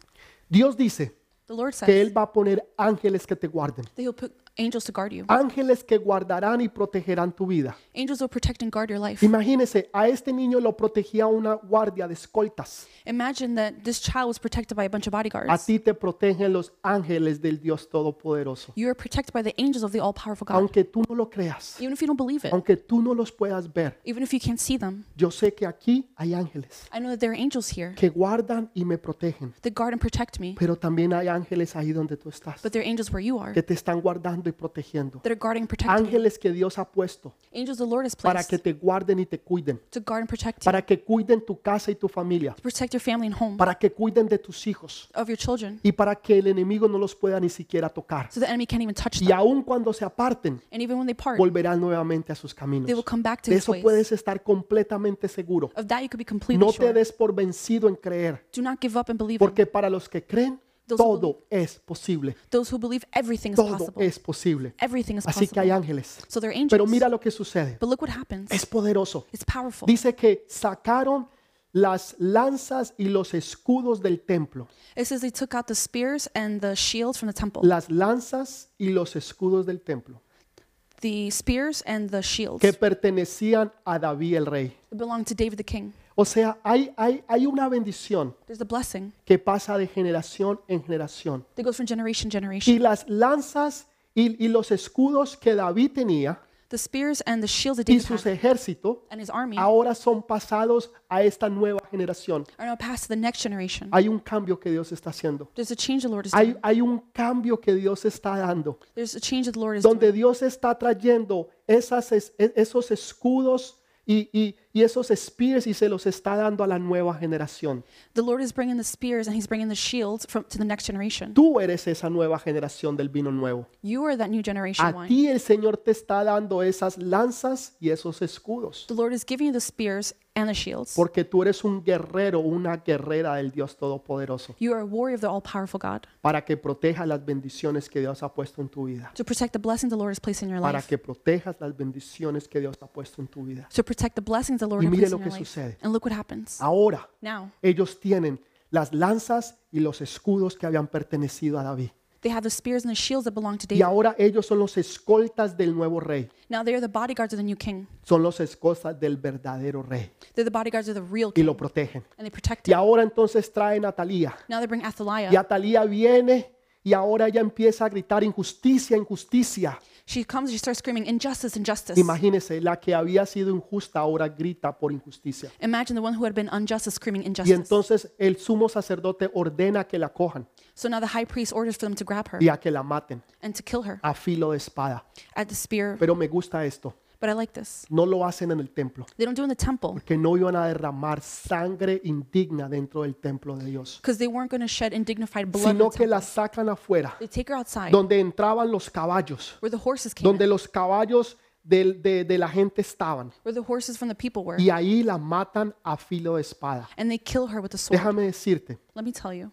[SPEAKER 1] Dios dice
[SPEAKER 2] The Lord says
[SPEAKER 1] que Él va a poner ángeles que te guarden,
[SPEAKER 2] that he'll put angels to guard
[SPEAKER 1] Ah.
[SPEAKER 2] you.
[SPEAKER 1] ángeles que guardarán y protegerán tu vida.
[SPEAKER 2] Angels will protect and guard your life.
[SPEAKER 1] Imagínese, a este niño lo protegía una guardia de escoltas.
[SPEAKER 2] Imagine that this child was protected by a bunch of
[SPEAKER 1] A
[SPEAKER 2] bodyguards.
[SPEAKER 1] ti te protegen los ángeles del Dios Todopoderoso.
[SPEAKER 2] You are protected by the angels of the all powerful God.
[SPEAKER 1] Aunque tú no lo creas,
[SPEAKER 2] Even if you don't believe it,
[SPEAKER 1] aunque tú no los puedas ver,
[SPEAKER 2] even if you can't see them,
[SPEAKER 1] yo sé que aquí hay ángeles
[SPEAKER 2] I know that there are angels here
[SPEAKER 1] que guardan y me protegen,
[SPEAKER 2] that guard and protect me,
[SPEAKER 1] pero también hay ángeles ahí donde tú estás
[SPEAKER 2] but there are angels where you are
[SPEAKER 1] que te están guardando y protegiendo.
[SPEAKER 2] that are guarding and protecting you.
[SPEAKER 1] Ángeles que Dios ha puesto
[SPEAKER 2] Angels the Lord has
[SPEAKER 1] para
[SPEAKER 2] placed
[SPEAKER 1] que te guarden y te cuiden,
[SPEAKER 2] to guard and protect you,
[SPEAKER 1] para que cuiden tu casa y tu familia,
[SPEAKER 2] to protect your family and home,
[SPEAKER 1] para que cuiden de tus hijos
[SPEAKER 2] of your children,
[SPEAKER 1] y para que el enemigo no los pueda ni siquiera tocar.
[SPEAKER 2] so the enemy can't even touch
[SPEAKER 1] Y
[SPEAKER 2] them.
[SPEAKER 1] aun cuando se aparten,
[SPEAKER 2] And even when they part,
[SPEAKER 1] volverán nuevamente a sus caminos.
[SPEAKER 2] they will come back to
[SPEAKER 1] De
[SPEAKER 2] his
[SPEAKER 1] eso
[SPEAKER 2] ways.
[SPEAKER 1] puedes estar completamente seguro.
[SPEAKER 2] Of that you could be
[SPEAKER 1] No
[SPEAKER 2] completely
[SPEAKER 1] te
[SPEAKER 2] sure.
[SPEAKER 1] des por vencido en creer,
[SPEAKER 2] Do not give up and believe him.
[SPEAKER 1] porque para los que creen,
[SPEAKER 2] Those who, believe,
[SPEAKER 1] Todo es posible.
[SPEAKER 2] those who believe everything is
[SPEAKER 1] Todo
[SPEAKER 2] possible.
[SPEAKER 1] es posible.
[SPEAKER 2] Everything is
[SPEAKER 1] Así que hay
[SPEAKER 2] possible.
[SPEAKER 1] ángeles.
[SPEAKER 2] So they're
[SPEAKER 1] Pero
[SPEAKER 2] angels.
[SPEAKER 1] mira lo que sucede.
[SPEAKER 2] But look what happens.
[SPEAKER 1] Es poderoso.
[SPEAKER 2] It's powerful.
[SPEAKER 1] Dice que sacaron las lanzas y los escudos del templo.
[SPEAKER 2] It says they took out the spears and the shield from the temple.
[SPEAKER 1] Las lanzas y los escudos del templo
[SPEAKER 2] The spears and the shields
[SPEAKER 1] que pertenecían a David el rey.
[SPEAKER 2] belong to David the king.
[SPEAKER 1] O sea, hay, hay, hay una bendición
[SPEAKER 2] There's a blessing
[SPEAKER 1] que pasa de generación en generación.
[SPEAKER 2] that goes from generation to generation.
[SPEAKER 1] Y las lanzas y, y los escudos que David tenía
[SPEAKER 2] The spears and the shields that
[SPEAKER 1] y
[SPEAKER 2] David
[SPEAKER 1] sus
[SPEAKER 2] had
[SPEAKER 1] ejércitos
[SPEAKER 2] and his army are
[SPEAKER 1] ahora son pasados a esta nueva generación.
[SPEAKER 2] now passed to the next generation.
[SPEAKER 1] Hay un cambio que Dios está haciendo.
[SPEAKER 2] There's a change the Lord is
[SPEAKER 1] Hay,
[SPEAKER 2] doing.
[SPEAKER 1] hay un cambio que Dios está dando,
[SPEAKER 2] There's a change that the Lord is doing.
[SPEAKER 1] donde Dios está trayendo esas, es- e- esos escudos y, y- y esos spears y se los está dando a la nueva generación.
[SPEAKER 2] The Lord is bringing the spears and he's bringing the shields from, to the next generation.
[SPEAKER 1] Tú eres esa nueva generación del vino nuevo.
[SPEAKER 2] You are that new generation
[SPEAKER 1] A
[SPEAKER 2] wine.
[SPEAKER 1] ti el Señor te está dando esas lanzas y esos escudos,
[SPEAKER 2] The Lord is giving you the spears and the shields.
[SPEAKER 1] porque tú eres un guerrero, una guerrera del Dios Todopoderoso,
[SPEAKER 2] You are a warrior of the all powerful God
[SPEAKER 1] para que proteja las bendiciones que Dios ha puesto en tu vida,
[SPEAKER 2] to protect the blessings the Lord has placed in your
[SPEAKER 1] para
[SPEAKER 2] life.
[SPEAKER 1] que protejas las bendiciones que Dios ha puesto en tu vida.
[SPEAKER 2] To protect the blessings the Lord
[SPEAKER 1] Y
[SPEAKER 2] has
[SPEAKER 1] mire
[SPEAKER 2] placed
[SPEAKER 1] lo
[SPEAKER 2] in your
[SPEAKER 1] que
[SPEAKER 2] life.
[SPEAKER 1] sucede.
[SPEAKER 2] And look what happens.
[SPEAKER 1] Ahora
[SPEAKER 2] Now,
[SPEAKER 1] ellos tienen las lanzas y los escudos que habían pertenecido a David.
[SPEAKER 2] they have the spears and the shields that belong to
[SPEAKER 1] Y
[SPEAKER 2] David.
[SPEAKER 1] ahora ellos son los escoltas del nuevo rey,
[SPEAKER 2] Now they are the bodyguards of the new king.
[SPEAKER 1] son los escoltas del verdadero rey
[SPEAKER 2] They're the bodyguards of the real
[SPEAKER 1] y
[SPEAKER 2] king.
[SPEAKER 1] lo protegen.
[SPEAKER 2] And they protect
[SPEAKER 1] Y
[SPEAKER 2] him.
[SPEAKER 1] ahora entonces traen a Talía.
[SPEAKER 2] Now they bring Athaliah.
[SPEAKER 1] Y Atalía viene y ahora ella empieza a gritar injusticia, injusticia.
[SPEAKER 2] She comes, she starts screaming, injustice, injustice.
[SPEAKER 1] Imagínese, la que había sido injusta ahora grita por injusticia.
[SPEAKER 2] Imagine the one who had been unjust is screaming
[SPEAKER 1] Y
[SPEAKER 2] injustice.
[SPEAKER 1] entonces el sumo sacerdote ordena que la cojan
[SPEAKER 2] so now the high priest orders for them to grab her
[SPEAKER 1] y a que la maten
[SPEAKER 2] and to kill her
[SPEAKER 1] a filo de espada.
[SPEAKER 2] at the spear.
[SPEAKER 1] Pero me gusta esto.
[SPEAKER 2] But I like this.
[SPEAKER 1] No lo hacen en el templo,
[SPEAKER 2] They don't do it in the temple
[SPEAKER 1] que no iban a derramar sangre indigna dentro del templo de Dios,
[SPEAKER 2] because they weren't going to shed indignified blood. in the
[SPEAKER 1] sino que
[SPEAKER 2] temple.
[SPEAKER 1] la sacan afuera,
[SPEAKER 2] They take her outside
[SPEAKER 1] donde entraban los caballos,
[SPEAKER 2] where the horses came,
[SPEAKER 1] donde los caballos del- de- de la gente estaban.
[SPEAKER 2] in, where the horses from the people were,
[SPEAKER 1] y ahí la matan a filo de espada.
[SPEAKER 2] and they kill her with the sword.
[SPEAKER 1] Déjame decirte,
[SPEAKER 2] Let me tell you,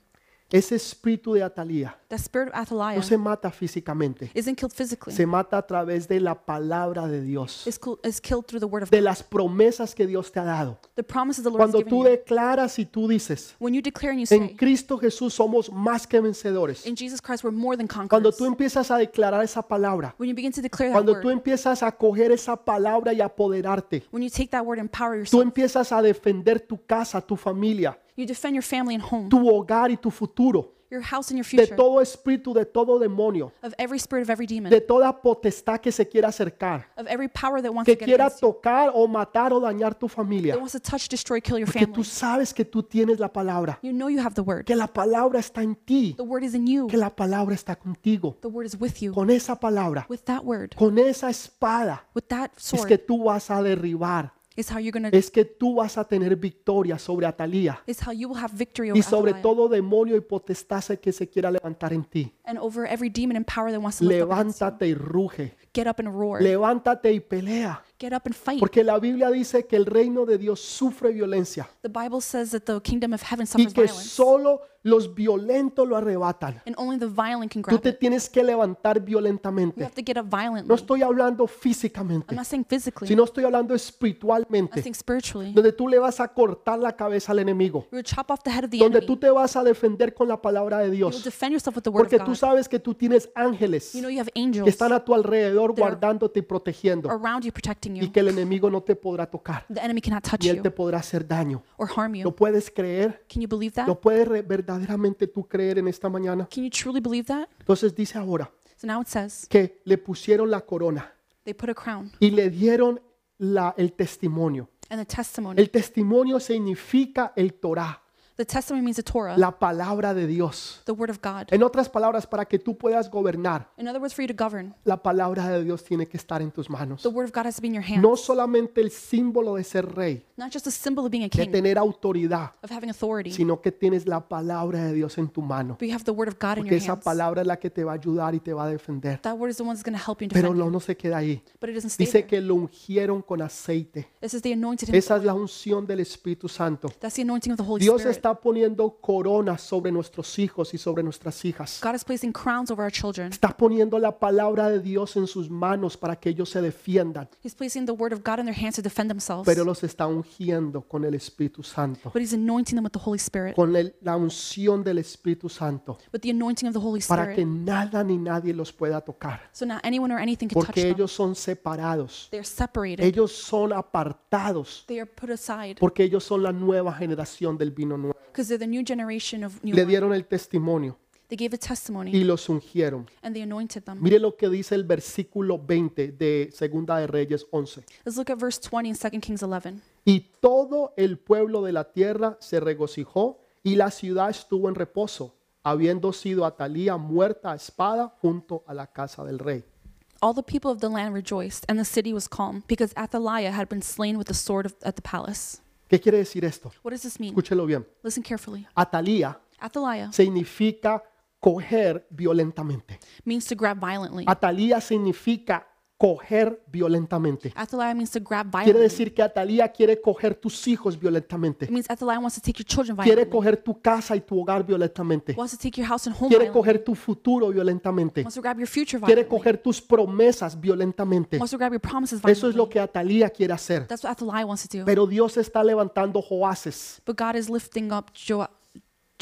[SPEAKER 1] ese espíritu de Atalía
[SPEAKER 2] that spirit of Athaliah
[SPEAKER 1] no se mata físicamente,
[SPEAKER 2] isn't killed physically.
[SPEAKER 1] se mata a través de la palabra de Dios,
[SPEAKER 2] Is, cl- is killed through the word of God.
[SPEAKER 1] de las promesas que Dios te ha dado.
[SPEAKER 2] The promises the Lord has
[SPEAKER 1] Cuando
[SPEAKER 2] given
[SPEAKER 1] tú
[SPEAKER 2] you.
[SPEAKER 1] declaras y tú dices,
[SPEAKER 2] When you declare and you
[SPEAKER 1] en
[SPEAKER 2] say,
[SPEAKER 1] Cristo Jesús somos más que vencedores.
[SPEAKER 2] in Jesus Christ we're more than
[SPEAKER 1] Cuando
[SPEAKER 2] conquerors.
[SPEAKER 1] tú empiezas a declarar esa palabra,
[SPEAKER 2] When you begin to declare that
[SPEAKER 1] cuando tú
[SPEAKER 2] word,
[SPEAKER 1] empiezas a coger esa palabra y apoderarte,
[SPEAKER 2] when you take that word and empower
[SPEAKER 1] tú
[SPEAKER 2] yourself,
[SPEAKER 1] empiezas a defender tu casa, tu familia,
[SPEAKER 2] you defend your family and home,
[SPEAKER 1] tu hogar y tu futuro
[SPEAKER 2] your house and your
[SPEAKER 1] de
[SPEAKER 2] future,
[SPEAKER 1] todo espíritu, de todo demonio.
[SPEAKER 2] of every spirit of every
[SPEAKER 1] de
[SPEAKER 2] demon,
[SPEAKER 1] toda potestad que se quiera acercar,
[SPEAKER 2] of every power that wants
[SPEAKER 1] que
[SPEAKER 2] to get
[SPEAKER 1] quiera
[SPEAKER 2] against you,
[SPEAKER 1] tocar o matar o dañar tu
[SPEAKER 2] that
[SPEAKER 1] familia,
[SPEAKER 2] wants to touch, destroy, kill your
[SPEAKER 1] porque tú
[SPEAKER 2] family.
[SPEAKER 1] sabes que tú tienes la palabra,
[SPEAKER 2] You know you have the word.
[SPEAKER 1] que la palabra está en ti,
[SPEAKER 2] The word is in you.
[SPEAKER 1] que la palabra está contigo.
[SPEAKER 2] The word is with you.
[SPEAKER 1] Con esa palabra,
[SPEAKER 2] With that word,
[SPEAKER 1] con esa espada,
[SPEAKER 2] with that
[SPEAKER 1] es que
[SPEAKER 2] sword,
[SPEAKER 1] tú vas a derribar,
[SPEAKER 2] is how you're gonna.
[SPEAKER 1] es que tú vas a tener victoria sobre Atalía
[SPEAKER 2] Is how you will have victory over
[SPEAKER 1] y sobre
[SPEAKER 2] Athaliah
[SPEAKER 1] todo demonio y potestad se- que se quiera levantar en ti.
[SPEAKER 2] and over every demon and power that wants to lift up against you.
[SPEAKER 1] Levántate y ruge,
[SPEAKER 2] Get up and roar.
[SPEAKER 1] levántate y pelea,
[SPEAKER 2] Get up and fight.
[SPEAKER 1] porque la Biblia dice que el reino de Dios sufre violencia.
[SPEAKER 2] The Bible says that the kingdom of heaven
[SPEAKER 1] y
[SPEAKER 2] suffers
[SPEAKER 1] que
[SPEAKER 2] violence,
[SPEAKER 1] solo los violentos lo arrebatan.
[SPEAKER 2] and only the violent can
[SPEAKER 1] Tú
[SPEAKER 2] grab
[SPEAKER 1] te
[SPEAKER 2] it.
[SPEAKER 1] tienes que levantar
[SPEAKER 2] You
[SPEAKER 1] violentamente.
[SPEAKER 2] have to get up
[SPEAKER 1] No
[SPEAKER 2] violently.
[SPEAKER 1] estoy hablando
[SPEAKER 2] I'm
[SPEAKER 1] físicamente,
[SPEAKER 2] not saying physically.
[SPEAKER 1] sino estoy hablando
[SPEAKER 2] I'm
[SPEAKER 1] espiritualmente,
[SPEAKER 2] saying spiritually.
[SPEAKER 1] donde tú le vas a cortar la cabeza al enemigo,
[SPEAKER 2] You will chop off the head of the
[SPEAKER 1] donde
[SPEAKER 2] enemy.
[SPEAKER 1] tú te vas a defender con la palabra de
[SPEAKER 2] You will
[SPEAKER 1] Dios,
[SPEAKER 2] defend yourself with the word
[SPEAKER 1] porque
[SPEAKER 2] of
[SPEAKER 1] tú
[SPEAKER 2] God.
[SPEAKER 1] sabes que tú tienes ángeles
[SPEAKER 2] You know
[SPEAKER 1] que
[SPEAKER 2] you have angels
[SPEAKER 1] están a tu alrededor
[SPEAKER 2] They're-
[SPEAKER 1] guardándote y protegiendo
[SPEAKER 2] around you protecting
[SPEAKER 1] y
[SPEAKER 2] you.
[SPEAKER 1] que el enemigo no te podrá tocar,
[SPEAKER 2] The enemy cannot touch
[SPEAKER 1] ni él te
[SPEAKER 2] you
[SPEAKER 1] podrá hacer daño.
[SPEAKER 2] or harm
[SPEAKER 1] ¿Lo
[SPEAKER 2] you.
[SPEAKER 1] puedes creer?
[SPEAKER 2] Can you believe that?
[SPEAKER 1] ¿Lo puedes re- verdaderamente tú creer en esta mañana?
[SPEAKER 2] Can you truly believe that?
[SPEAKER 1] Entonces dice ahora,
[SPEAKER 2] So now it says
[SPEAKER 1] que le pusieron la corona
[SPEAKER 2] they put a crown
[SPEAKER 1] y le dieron la- el testimonio.
[SPEAKER 2] and a testimony.
[SPEAKER 1] El testimonio significa el Torah,
[SPEAKER 2] The testimony means the Torah,
[SPEAKER 1] la palabra de Dios.
[SPEAKER 2] the word of God.
[SPEAKER 1] En otras palabras, para que tú puedas gobernar,
[SPEAKER 2] In other words, for you to govern,
[SPEAKER 1] la palabra de Dios tiene que estar en tus manos.
[SPEAKER 2] the word of God has to be in your hand.
[SPEAKER 1] No solamente el símbolo de ser rey,
[SPEAKER 2] Not just a symbol of being
[SPEAKER 1] de
[SPEAKER 2] a king,
[SPEAKER 1] tener autoridad,
[SPEAKER 2] of having authority,
[SPEAKER 1] sino que tienes la palabra de Dios en tu mano.
[SPEAKER 2] but you have the word of God in
[SPEAKER 1] Porque
[SPEAKER 2] your
[SPEAKER 1] esa
[SPEAKER 2] hands.
[SPEAKER 1] palabra es la que te va a ayudar y te va a defender.
[SPEAKER 2] That word is the one that's going to help you and
[SPEAKER 1] Pero
[SPEAKER 2] defend you.
[SPEAKER 1] no, no se queda ahí.
[SPEAKER 2] But it doesn't stay
[SPEAKER 1] Dice
[SPEAKER 2] there.
[SPEAKER 1] que lo ungieron con aceite.
[SPEAKER 2] This is the anointed him.
[SPEAKER 1] Esa es la unción del Espíritu Santo.
[SPEAKER 2] That's the anointing of the Holy
[SPEAKER 1] Dios
[SPEAKER 2] Spirit.
[SPEAKER 1] está está poniendo coronas sobre nuestros hijos y sobre nuestras hijas.
[SPEAKER 2] God is placing crowns over our children.
[SPEAKER 1] Está poniendo la palabra de Dios en sus manos para que ellos se defiendan,
[SPEAKER 2] He's placing the word of God in their hands to defend themselves.
[SPEAKER 1] pero los está ungiendo con el Espíritu Santo,
[SPEAKER 2] but He's anointing them with the Holy Spirit,
[SPEAKER 1] con el- la unción del Espíritu Santo,
[SPEAKER 2] with the anointing of the Holy
[SPEAKER 1] para
[SPEAKER 2] Spirit.
[SPEAKER 1] que nada ni nadie los pueda tocar,
[SPEAKER 2] so not anyone or anything can touch
[SPEAKER 1] porque
[SPEAKER 2] them.
[SPEAKER 1] ellos son separados,
[SPEAKER 2] They are separated.
[SPEAKER 1] ellos son apartados,
[SPEAKER 2] they are put aside
[SPEAKER 1] porque ellos son la nueva generación del vino nuevo.
[SPEAKER 2] because they're the new generation of new.
[SPEAKER 1] Le
[SPEAKER 2] wine.
[SPEAKER 1] dieron el testimonio
[SPEAKER 2] They gave a testimony
[SPEAKER 1] y los ungieron.
[SPEAKER 2] and they anointed them.
[SPEAKER 1] Mire lo que dice el versículo 20 de Segunda de Reyes 11.
[SPEAKER 2] Let's look at verse 20 in 2 Kings 11.
[SPEAKER 1] Y todo el pueblo de la tierra se regocijó y la ciudad estuvo en reposo, habiendo sido Atalía muerta a espada junto a la casa del rey.
[SPEAKER 2] All the people of the land rejoiced, and the city was calm, because Athaliah had been slain with the sword of, at the palace.
[SPEAKER 1] ¿Qué quiere decir esto?
[SPEAKER 2] What does this mean?
[SPEAKER 1] Escúchelo bien.
[SPEAKER 2] Listen carefully.
[SPEAKER 1] Atalía
[SPEAKER 2] Athaliah
[SPEAKER 1] significa coger violentamente.
[SPEAKER 2] means to grab violently.
[SPEAKER 1] Atalía significa coger violentamente.
[SPEAKER 2] Athaliah means to grab
[SPEAKER 1] Quiere
[SPEAKER 2] violently.
[SPEAKER 1] decir que Atalía quiere coger tus hijos
[SPEAKER 2] It
[SPEAKER 1] violentamente.
[SPEAKER 2] means Athaliah wants to take your children
[SPEAKER 1] Quiere
[SPEAKER 2] violently.
[SPEAKER 1] coger tu casa y tu hogar violentamente.
[SPEAKER 2] Wants to take your house and home
[SPEAKER 1] Quiere
[SPEAKER 2] violently.
[SPEAKER 1] coger tu futuro violentamente.
[SPEAKER 2] Wants to grab your future
[SPEAKER 1] Quiere
[SPEAKER 2] violently.
[SPEAKER 1] coger tus promesas violentamente.
[SPEAKER 2] Wants to grab your promises
[SPEAKER 1] Eso es lo
[SPEAKER 2] violently.
[SPEAKER 1] que Atalía quiere hacer.
[SPEAKER 2] That's what Athaliah wants to do.
[SPEAKER 1] Pero Dios está levantando Joaces.
[SPEAKER 2] But God is lifting up Jo-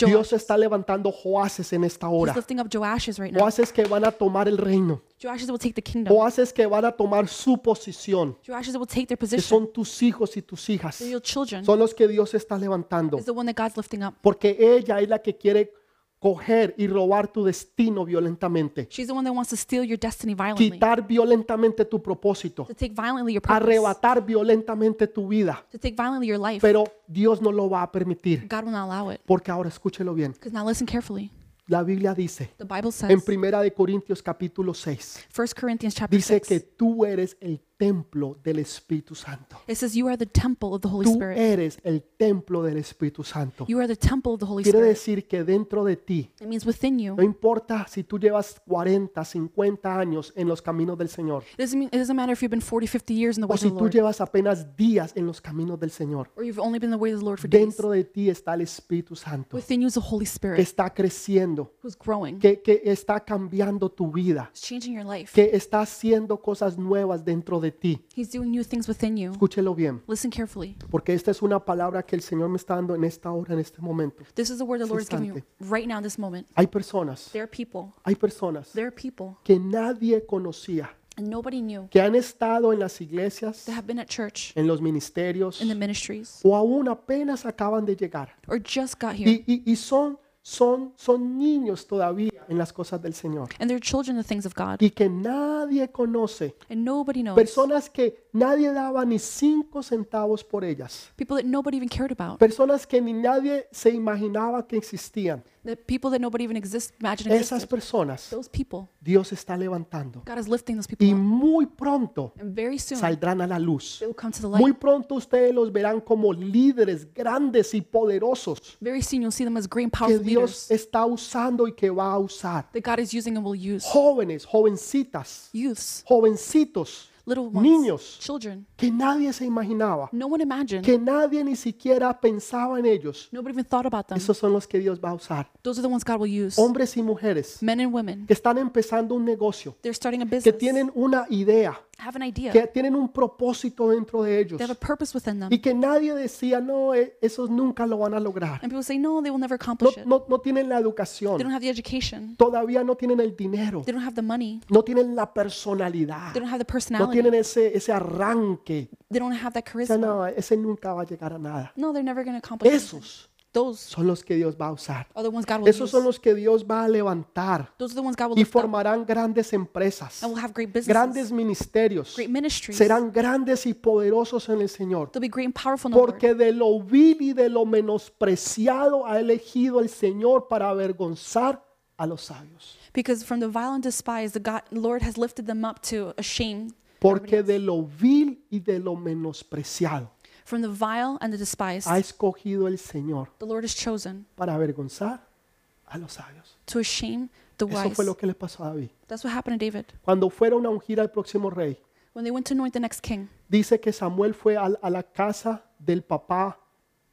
[SPEAKER 2] Joash.
[SPEAKER 1] Dios está levantando Joaces en esta
[SPEAKER 2] He's
[SPEAKER 1] hora.
[SPEAKER 2] lifting up Joash's right now.
[SPEAKER 1] Joaces que van a tomar el reino.
[SPEAKER 2] Joash's will take the kingdom.
[SPEAKER 1] Joaces que van a tomar su posición.
[SPEAKER 2] Joash's will take their
[SPEAKER 1] Que
[SPEAKER 2] position.
[SPEAKER 1] son tus hijos y tus hijas.
[SPEAKER 2] They're your children.
[SPEAKER 1] Son los que Dios está levantando.
[SPEAKER 2] Is the one that God's lifting up.
[SPEAKER 1] Porque ella es la que quiere coger y robar tu destino violentamente.
[SPEAKER 2] She's the one that wants to steal your destiny violently,
[SPEAKER 1] Quitar violentamente tu propósito.
[SPEAKER 2] to take violently your purpose,
[SPEAKER 1] Arrebatar violentamente tu vida.
[SPEAKER 2] to take violently your life.
[SPEAKER 1] Pero Dios no lo va a permitir.
[SPEAKER 2] God will not allow it.
[SPEAKER 1] Porque ahora escúchelo bien.
[SPEAKER 2] Because now listen carefully.
[SPEAKER 1] La Biblia dice
[SPEAKER 2] The Bible says,
[SPEAKER 1] en Primera de Corintios capítulo 6
[SPEAKER 2] 1 Corinthians chapter
[SPEAKER 1] dice
[SPEAKER 2] 6,
[SPEAKER 1] que tú eres el templo del Espíritu Santo.
[SPEAKER 2] it says, You are the temple of the Holy
[SPEAKER 1] Tú
[SPEAKER 2] Spirit.
[SPEAKER 1] eres el templo del Espíritu Santo.
[SPEAKER 2] You are the temple of the Holy
[SPEAKER 1] Quiere
[SPEAKER 2] Spirit.
[SPEAKER 1] decir que dentro de ti,
[SPEAKER 2] It means within you.
[SPEAKER 1] no importa si tú llevas 40, 50 años en los caminos del Señor
[SPEAKER 2] It doesn't, mean, it doesn't matter if you've been 40, 50 years in the
[SPEAKER 1] o
[SPEAKER 2] ways
[SPEAKER 1] si
[SPEAKER 2] of the
[SPEAKER 1] tú
[SPEAKER 2] Lord,
[SPEAKER 1] llevas apenas días en los caminos del Señor.
[SPEAKER 2] or you've only been in the ways of the Lord for days.
[SPEAKER 1] Dentro de ti está el Espíritu Santo
[SPEAKER 2] Within you is the Holy
[SPEAKER 1] que
[SPEAKER 2] Spirit
[SPEAKER 1] está creciendo,
[SPEAKER 2] who's growing,
[SPEAKER 1] que, que está cambiando tu vida,
[SPEAKER 2] who's changing your life.
[SPEAKER 1] que está haciendo cosas nuevas dentro de ti.
[SPEAKER 2] He's doing new things within you.
[SPEAKER 1] Escúchelo bien.
[SPEAKER 2] Listen carefully.
[SPEAKER 1] Porque esta es una palabra que el Señor me está dando en esta hora, en este momento.
[SPEAKER 2] This is the word the Lord is giving you
[SPEAKER 1] instante.
[SPEAKER 2] right now, this moment.
[SPEAKER 1] Hay personas,
[SPEAKER 2] There are people,
[SPEAKER 1] hay personas
[SPEAKER 2] there are people,
[SPEAKER 1] que nadie conocía,
[SPEAKER 2] and nobody knew
[SPEAKER 1] que han estado en las iglesias,
[SPEAKER 2] that have been at church,
[SPEAKER 1] en los ministerios,
[SPEAKER 2] in the ministries,
[SPEAKER 1] o aún apenas acaban de llegar.
[SPEAKER 2] or just got here,
[SPEAKER 1] Y, y- y son, son, son niños todavía en las cosas del Señor.
[SPEAKER 2] and they're children of the things of God,
[SPEAKER 1] Y que nadie conoce.
[SPEAKER 2] and nobody knows.
[SPEAKER 1] Personas que nadie daba ni cinco centavos por ellas.
[SPEAKER 2] People that nobody even cared about,
[SPEAKER 1] Personas que ni nadie se imaginaba que existían.
[SPEAKER 2] the people that nobody even exist, imagine
[SPEAKER 1] Esas
[SPEAKER 2] existed.
[SPEAKER 1] personas
[SPEAKER 2] Those people,
[SPEAKER 1] Dios está levantando.
[SPEAKER 2] God is lifting those
[SPEAKER 1] Y
[SPEAKER 2] people up,
[SPEAKER 1] muy pronto
[SPEAKER 2] and very soon
[SPEAKER 1] saldrán a la luz.
[SPEAKER 2] they will come to the
[SPEAKER 1] Muy
[SPEAKER 2] light.
[SPEAKER 1] pronto ustedes los verán como líderes grandes y poderosos
[SPEAKER 2] Very soon you'll see them as great and
[SPEAKER 1] que
[SPEAKER 2] powerful
[SPEAKER 1] Dios
[SPEAKER 2] leaders
[SPEAKER 1] está usando y que va a usar.
[SPEAKER 2] that God is using and will use.
[SPEAKER 1] Jóvenes, jovencitas,
[SPEAKER 2] Youths,
[SPEAKER 1] jovencitos
[SPEAKER 2] little
[SPEAKER 1] Niños.
[SPEAKER 2] ones, children.
[SPEAKER 1] que nadie se imaginaba,
[SPEAKER 2] No one imagined.
[SPEAKER 1] que nadie ni siquiera pensaba en ellos.
[SPEAKER 2] Nobody even thought about them.
[SPEAKER 1] Esos son los que Dios va a usar.
[SPEAKER 2] Those are the ones God will use.
[SPEAKER 1] Hombres y mujeres
[SPEAKER 2] Men and women.
[SPEAKER 1] que están empezando un negocio,
[SPEAKER 2] They're starting a
[SPEAKER 1] que
[SPEAKER 2] business.
[SPEAKER 1] tienen una idea,
[SPEAKER 2] Have an idea. They
[SPEAKER 1] que tienen un propósito dentro de ellos.
[SPEAKER 2] have a purpose within them.
[SPEAKER 1] y que nadie decía, no, e- esos nunca lo van a lograr.
[SPEAKER 2] And people say, no, they will never
[SPEAKER 1] No,
[SPEAKER 2] accomplish it.
[SPEAKER 1] no- no tienen la
[SPEAKER 2] They don't
[SPEAKER 1] educación,
[SPEAKER 2] have the education.
[SPEAKER 1] todavía no tienen el dinero,
[SPEAKER 2] They don't have the money.
[SPEAKER 1] no tienen la personalidad,
[SPEAKER 2] They don't have the
[SPEAKER 1] no
[SPEAKER 2] personality.
[SPEAKER 1] tienen ese, ese arranque.
[SPEAKER 2] They don't have that
[SPEAKER 1] O sea,
[SPEAKER 2] charisma.
[SPEAKER 1] no, ese nunca va a llegar a nada.
[SPEAKER 2] No, they're never going to accomplish it.
[SPEAKER 1] Esos
[SPEAKER 2] Those
[SPEAKER 1] son los que Dios va a usar.
[SPEAKER 2] are the ones God will
[SPEAKER 1] Esos
[SPEAKER 2] use.
[SPEAKER 1] son los que Dios va a levantar
[SPEAKER 2] Those are the ones God will
[SPEAKER 1] y
[SPEAKER 2] lift up
[SPEAKER 1] formarán grandes empresas,
[SPEAKER 2] and will have great businesses,
[SPEAKER 1] grandes ministerios.
[SPEAKER 2] great ministries. They'll
[SPEAKER 1] Serán grandes y poderosos en el Señor.
[SPEAKER 2] be great and powerful in the Lord.
[SPEAKER 1] Porque de lo vil y de lo menospreciado ha elegido el Señor para avergonzar a los sabios.
[SPEAKER 2] Because from the vile and despised, the God, Lord has lifted them up to a shame.
[SPEAKER 1] Porque de lo vil y de lo menospreciado
[SPEAKER 2] From the vile and the despised,
[SPEAKER 1] ha escogido el Señor
[SPEAKER 2] the Lord has chosen
[SPEAKER 1] para avergonzar a los sabios.
[SPEAKER 2] to shame the
[SPEAKER 1] Eso
[SPEAKER 2] wise.
[SPEAKER 1] fue lo que le pasó a David.
[SPEAKER 2] That's what happened to David.
[SPEAKER 1] Cuando fueron a ungir al próximo rey,
[SPEAKER 2] When they went to anoint the next king,
[SPEAKER 1] dice que Samuel fue al- a, la casa del papá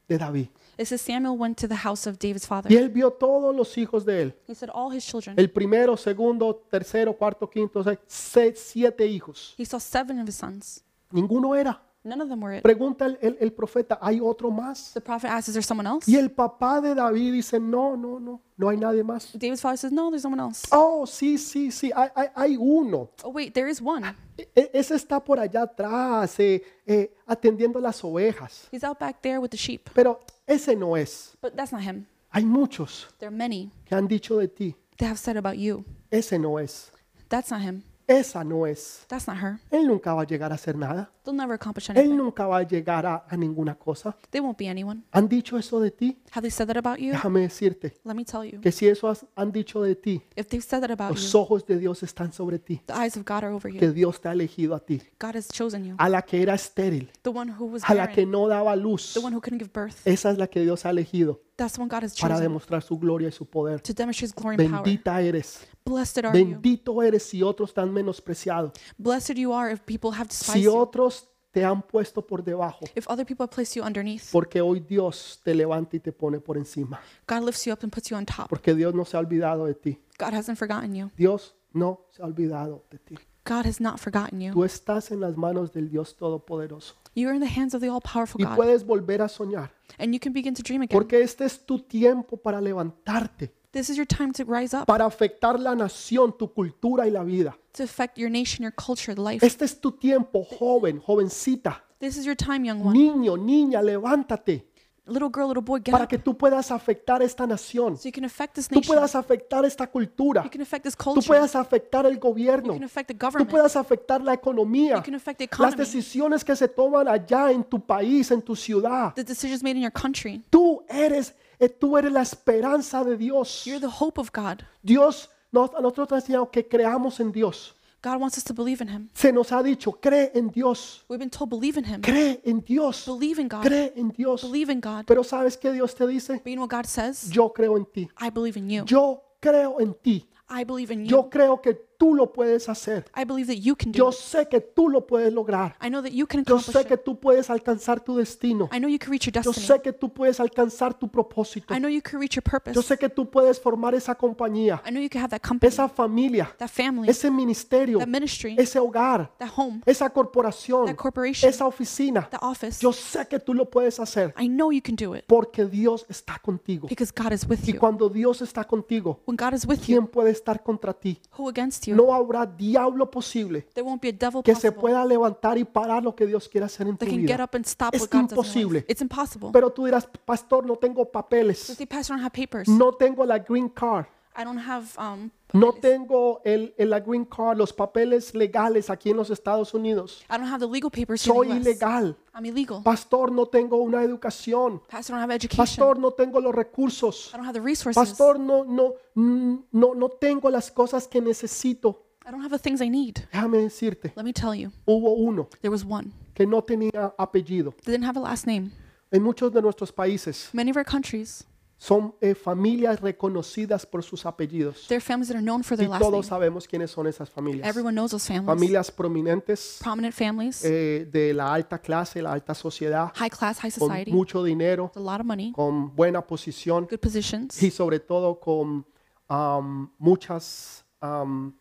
[SPEAKER 1] de David.
[SPEAKER 2] It says Samuel went to the house of David's father.
[SPEAKER 1] Y él vio todos los hijos de él.
[SPEAKER 2] He said all his children.
[SPEAKER 1] El primero, segundo, tercero, cuarto, quinto, sexto, seis, siete hijos.
[SPEAKER 2] He saw seven of his sons.
[SPEAKER 1] Ninguno era.
[SPEAKER 2] None of them were it.
[SPEAKER 1] Pregunta el, el- el profeta, ¿hay otro más?
[SPEAKER 2] The prophet asks, Is there someone else?
[SPEAKER 1] Y el papá de David dice, no, no, no, no hay nadie más.
[SPEAKER 2] David's father says, No, there's no one else.
[SPEAKER 1] Oh, sí, sí, sí, hay, hay- hay uno.
[SPEAKER 2] Oh, wait, there is one.
[SPEAKER 1] E- e- ese está por allá atrás, eh, eh, atendiendo las ovejas.
[SPEAKER 2] He's out back there with the sheep.
[SPEAKER 1] Pero ese no es.
[SPEAKER 2] But that's not him.
[SPEAKER 1] Hay muchos
[SPEAKER 2] There are many
[SPEAKER 1] que han dicho de ti,
[SPEAKER 2] that have said about you.
[SPEAKER 1] ese no es.
[SPEAKER 2] That's not him.
[SPEAKER 1] Esa no es.
[SPEAKER 2] That's not her.
[SPEAKER 1] Él nunca va a llegar a hacer nada.
[SPEAKER 2] They'll never accomplish anything.
[SPEAKER 1] Él nunca va a llegar a, a ninguna cosa.
[SPEAKER 2] They won't be anyone.
[SPEAKER 1] ¿Han dicho eso de ti?
[SPEAKER 2] Have they said that about you?
[SPEAKER 1] Déjame decirte
[SPEAKER 2] Let me tell you.
[SPEAKER 1] que si eso has- han dicho de ti,
[SPEAKER 2] If they've said that about
[SPEAKER 1] los
[SPEAKER 2] you,
[SPEAKER 1] ojos de Dios están sobre ti.
[SPEAKER 2] the eyes of God are over you.
[SPEAKER 1] que Dios te ha elegido a ti,
[SPEAKER 2] God has chosen you.
[SPEAKER 1] a la que era estéril,
[SPEAKER 2] The one who was
[SPEAKER 1] a la que
[SPEAKER 2] barren,
[SPEAKER 1] no daba luz.
[SPEAKER 2] the one who couldn't give birth.
[SPEAKER 1] Esa es la que Dios ha elegido
[SPEAKER 2] That's the one God has
[SPEAKER 1] Eh. para
[SPEAKER 2] chosen
[SPEAKER 1] demostrar su gloria y su poder.
[SPEAKER 2] to demonstrate His glory and power.
[SPEAKER 1] Bendita eres,
[SPEAKER 2] Blessed are you.
[SPEAKER 1] bendito eres si otros te han menospreciado,
[SPEAKER 2] Blessed you are if people have despised
[SPEAKER 1] si
[SPEAKER 2] you,
[SPEAKER 1] otros te han puesto por debajo,
[SPEAKER 2] if other people have placed you underneath.
[SPEAKER 1] porque hoy Dios te levanta y te pone por encima,
[SPEAKER 2] God lifts you up and puts you on top.
[SPEAKER 1] porque Dios no se ha olvidado de ti.
[SPEAKER 2] God hasn't forgotten you.
[SPEAKER 1] Dios no se ha olvidado de ti.
[SPEAKER 2] God has not forgotten you.
[SPEAKER 1] Tú estás en las manos del Dios Todopoderoso
[SPEAKER 2] You are in the hands of the all powerful
[SPEAKER 1] y
[SPEAKER 2] Oh, God,
[SPEAKER 1] puedes volver a soñar,
[SPEAKER 2] and you can begin to dream again.
[SPEAKER 1] porque este es tu tiempo para levantarte.
[SPEAKER 2] This is your time to rise up,
[SPEAKER 1] para afectar la nación, tu cultura y la vida.
[SPEAKER 2] to affect your nation, your culture, life.
[SPEAKER 1] Este es tu tiempo, joven, jovencita,
[SPEAKER 2] This is your time, young one.
[SPEAKER 1] niño, niña, levántate
[SPEAKER 2] Little girl, little boy, get
[SPEAKER 1] para
[SPEAKER 2] up
[SPEAKER 1] que tú puedas afectar esta nación,
[SPEAKER 2] so you can affect this
[SPEAKER 1] tú
[SPEAKER 2] nation.
[SPEAKER 1] puedas afectar esta cultura,
[SPEAKER 2] You can affect this
[SPEAKER 1] tú
[SPEAKER 2] culture.
[SPEAKER 1] puedas afectar el
[SPEAKER 2] You
[SPEAKER 1] gobierno,
[SPEAKER 2] can affect the
[SPEAKER 1] tú
[SPEAKER 2] government. You
[SPEAKER 1] puedas afectar la economía,
[SPEAKER 2] can affect the
[SPEAKER 1] las
[SPEAKER 2] economy.
[SPEAKER 1] decisiones que se toman allá en tu país, en tu ciudad.
[SPEAKER 2] The decisions made in your country.
[SPEAKER 1] Tú eres, eh, tú eres la esperanza de Dios.
[SPEAKER 2] You're the hope of God.
[SPEAKER 1] Dios nos, a nosotros nos ha enseñado que creamos en Dios.
[SPEAKER 2] God wants us to believe in Him.
[SPEAKER 1] Se nos ha dicho, cree en Dios.
[SPEAKER 2] We've been told believe in Him.
[SPEAKER 1] Cree en Dios.
[SPEAKER 2] Believe in God.
[SPEAKER 1] Cree en Dios.
[SPEAKER 2] Believe in God.
[SPEAKER 1] Pero ¿sabes qué Dios te dice?
[SPEAKER 2] But you know what God says?
[SPEAKER 1] Yo creo en ti.
[SPEAKER 2] I believe in you.
[SPEAKER 1] Yo creo en ti.
[SPEAKER 2] I believe in you.
[SPEAKER 1] Yo creo que tú lo puedes hacer.
[SPEAKER 2] I believe that you can do
[SPEAKER 1] Yo
[SPEAKER 2] it.
[SPEAKER 1] sé que tú lo puedes lograr.
[SPEAKER 2] I know that you can
[SPEAKER 1] Yo
[SPEAKER 2] accomplish
[SPEAKER 1] sé que
[SPEAKER 2] it.
[SPEAKER 1] tú puedes alcanzar tu destino.
[SPEAKER 2] I know you can reach your
[SPEAKER 1] Yo
[SPEAKER 2] destiny.
[SPEAKER 1] sé que tú puedes alcanzar tu propósito.
[SPEAKER 2] I know you can reach your
[SPEAKER 1] Yo
[SPEAKER 2] purpose.
[SPEAKER 1] sé que tú puedes formar esa compañía,
[SPEAKER 2] I know you can have that company,
[SPEAKER 1] esa familia,
[SPEAKER 2] that family,
[SPEAKER 1] ese ministerio,
[SPEAKER 2] that ministry,
[SPEAKER 1] ese hogar,
[SPEAKER 2] that home,
[SPEAKER 1] esa corporación,
[SPEAKER 2] that corporation,
[SPEAKER 1] esa oficina.
[SPEAKER 2] that office.
[SPEAKER 1] Yo sé que tú lo puedes hacer
[SPEAKER 2] I know you can do it
[SPEAKER 1] porque Dios está contigo.
[SPEAKER 2] because God is with
[SPEAKER 1] Y
[SPEAKER 2] you.
[SPEAKER 1] cuando Dios está contigo,
[SPEAKER 2] When God is with you,
[SPEAKER 1] ¿quién puede estar contra ti?
[SPEAKER 2] who against you?
[SPEAKER 1] No habrá diablo posible
[SPEAKER 2] There won't be a devil
[SPEAKER 1] que se
[SPEAKER 2] possible
[SPEAKER 1] pueda levantar y parar lo que Dios quiere hacer en tu
[SPEAKER 2] that can get
[SPEAKER 1] vida.
[SPEAKER 2] up and stop
[SPEAKER 1] Es
[SPEAKER 2] what God does. in your life.
[SPEAKER 1] imposible.
[SPEAKER 2] It's impossible.
[SPEAKER 1] Pero tú dirás, pastor, no tengo
[SPEAKER 2] Does
[SPEAKER 1] papeles,
[SPEAKER 2] the pastor don't have papers?
[SPEAKER 1] no tengo la green card,
[SPEAKER 2] I don't have um.
[SPEAKER 1] no tengo el, el- la green card, los papeles legales aquí en los Estados Unidos.
[SPEAKER 2] I don't have the legal papers here
[SPEAKER 1] Soy
[SPEAKER 2] in the US.
[SPEAKER 1] ilegal.
[SPEAKER 2] I'm illegal.
[SPEAKER 1] Pastor, no tengo una educación.
[SPEAKER 2] Pastor, I don't have education.
[SPEAKER 1] Pastor, no tengo los recursos.
[SPEAKER 2] I don't have the resources.
[SPEAKER 1] Pastor, no, no, mm, no, no tengo las cosas que necesito.
[SPEAKER 2] I don't have the things I need.
[SPEAKER 1] Déjame decirte,
[SPEAKER 2] Let me tell you,
[SPEAKER 1] hubo uno
[SPEAKER 2] there was one
[SPEAKER 1] que no tenía apellido.
[SPEAKER 2] that didn't have a last name.
[SPEAKER 1] En muchos de nuestros países
[SPEAKER 2] Many of our countries,
[SPEAKER 1] son eh, familias reconocidas por sus apellidos.
[SPEAKER 2] there are families that are known for
[SPEAKER 1] Y
[SPEAKER 2] their last name.
[SPEAKER 1] todos sabemos quiénes son esas familias.
[SPEAKER 2] Everyone knows those families.
[SPEAKER 1] Familias prominentes
[SPEAKER 2] Prominent families,
[SPEAKER 1] eh, de la alta clase, la alta sociedad,
[SPEAKER 2] high class, high
[SPEAKER 1] con
[SPEAKER 2] society,
[SPEAKER 1] mucho dinero,
[SPEAKER 2] with a lot of money,
[SPEAKER 1] con buena posición
[SPEAKER 2] good positions,
[SPEAKER 1] y sobre todo con am, muchas, am,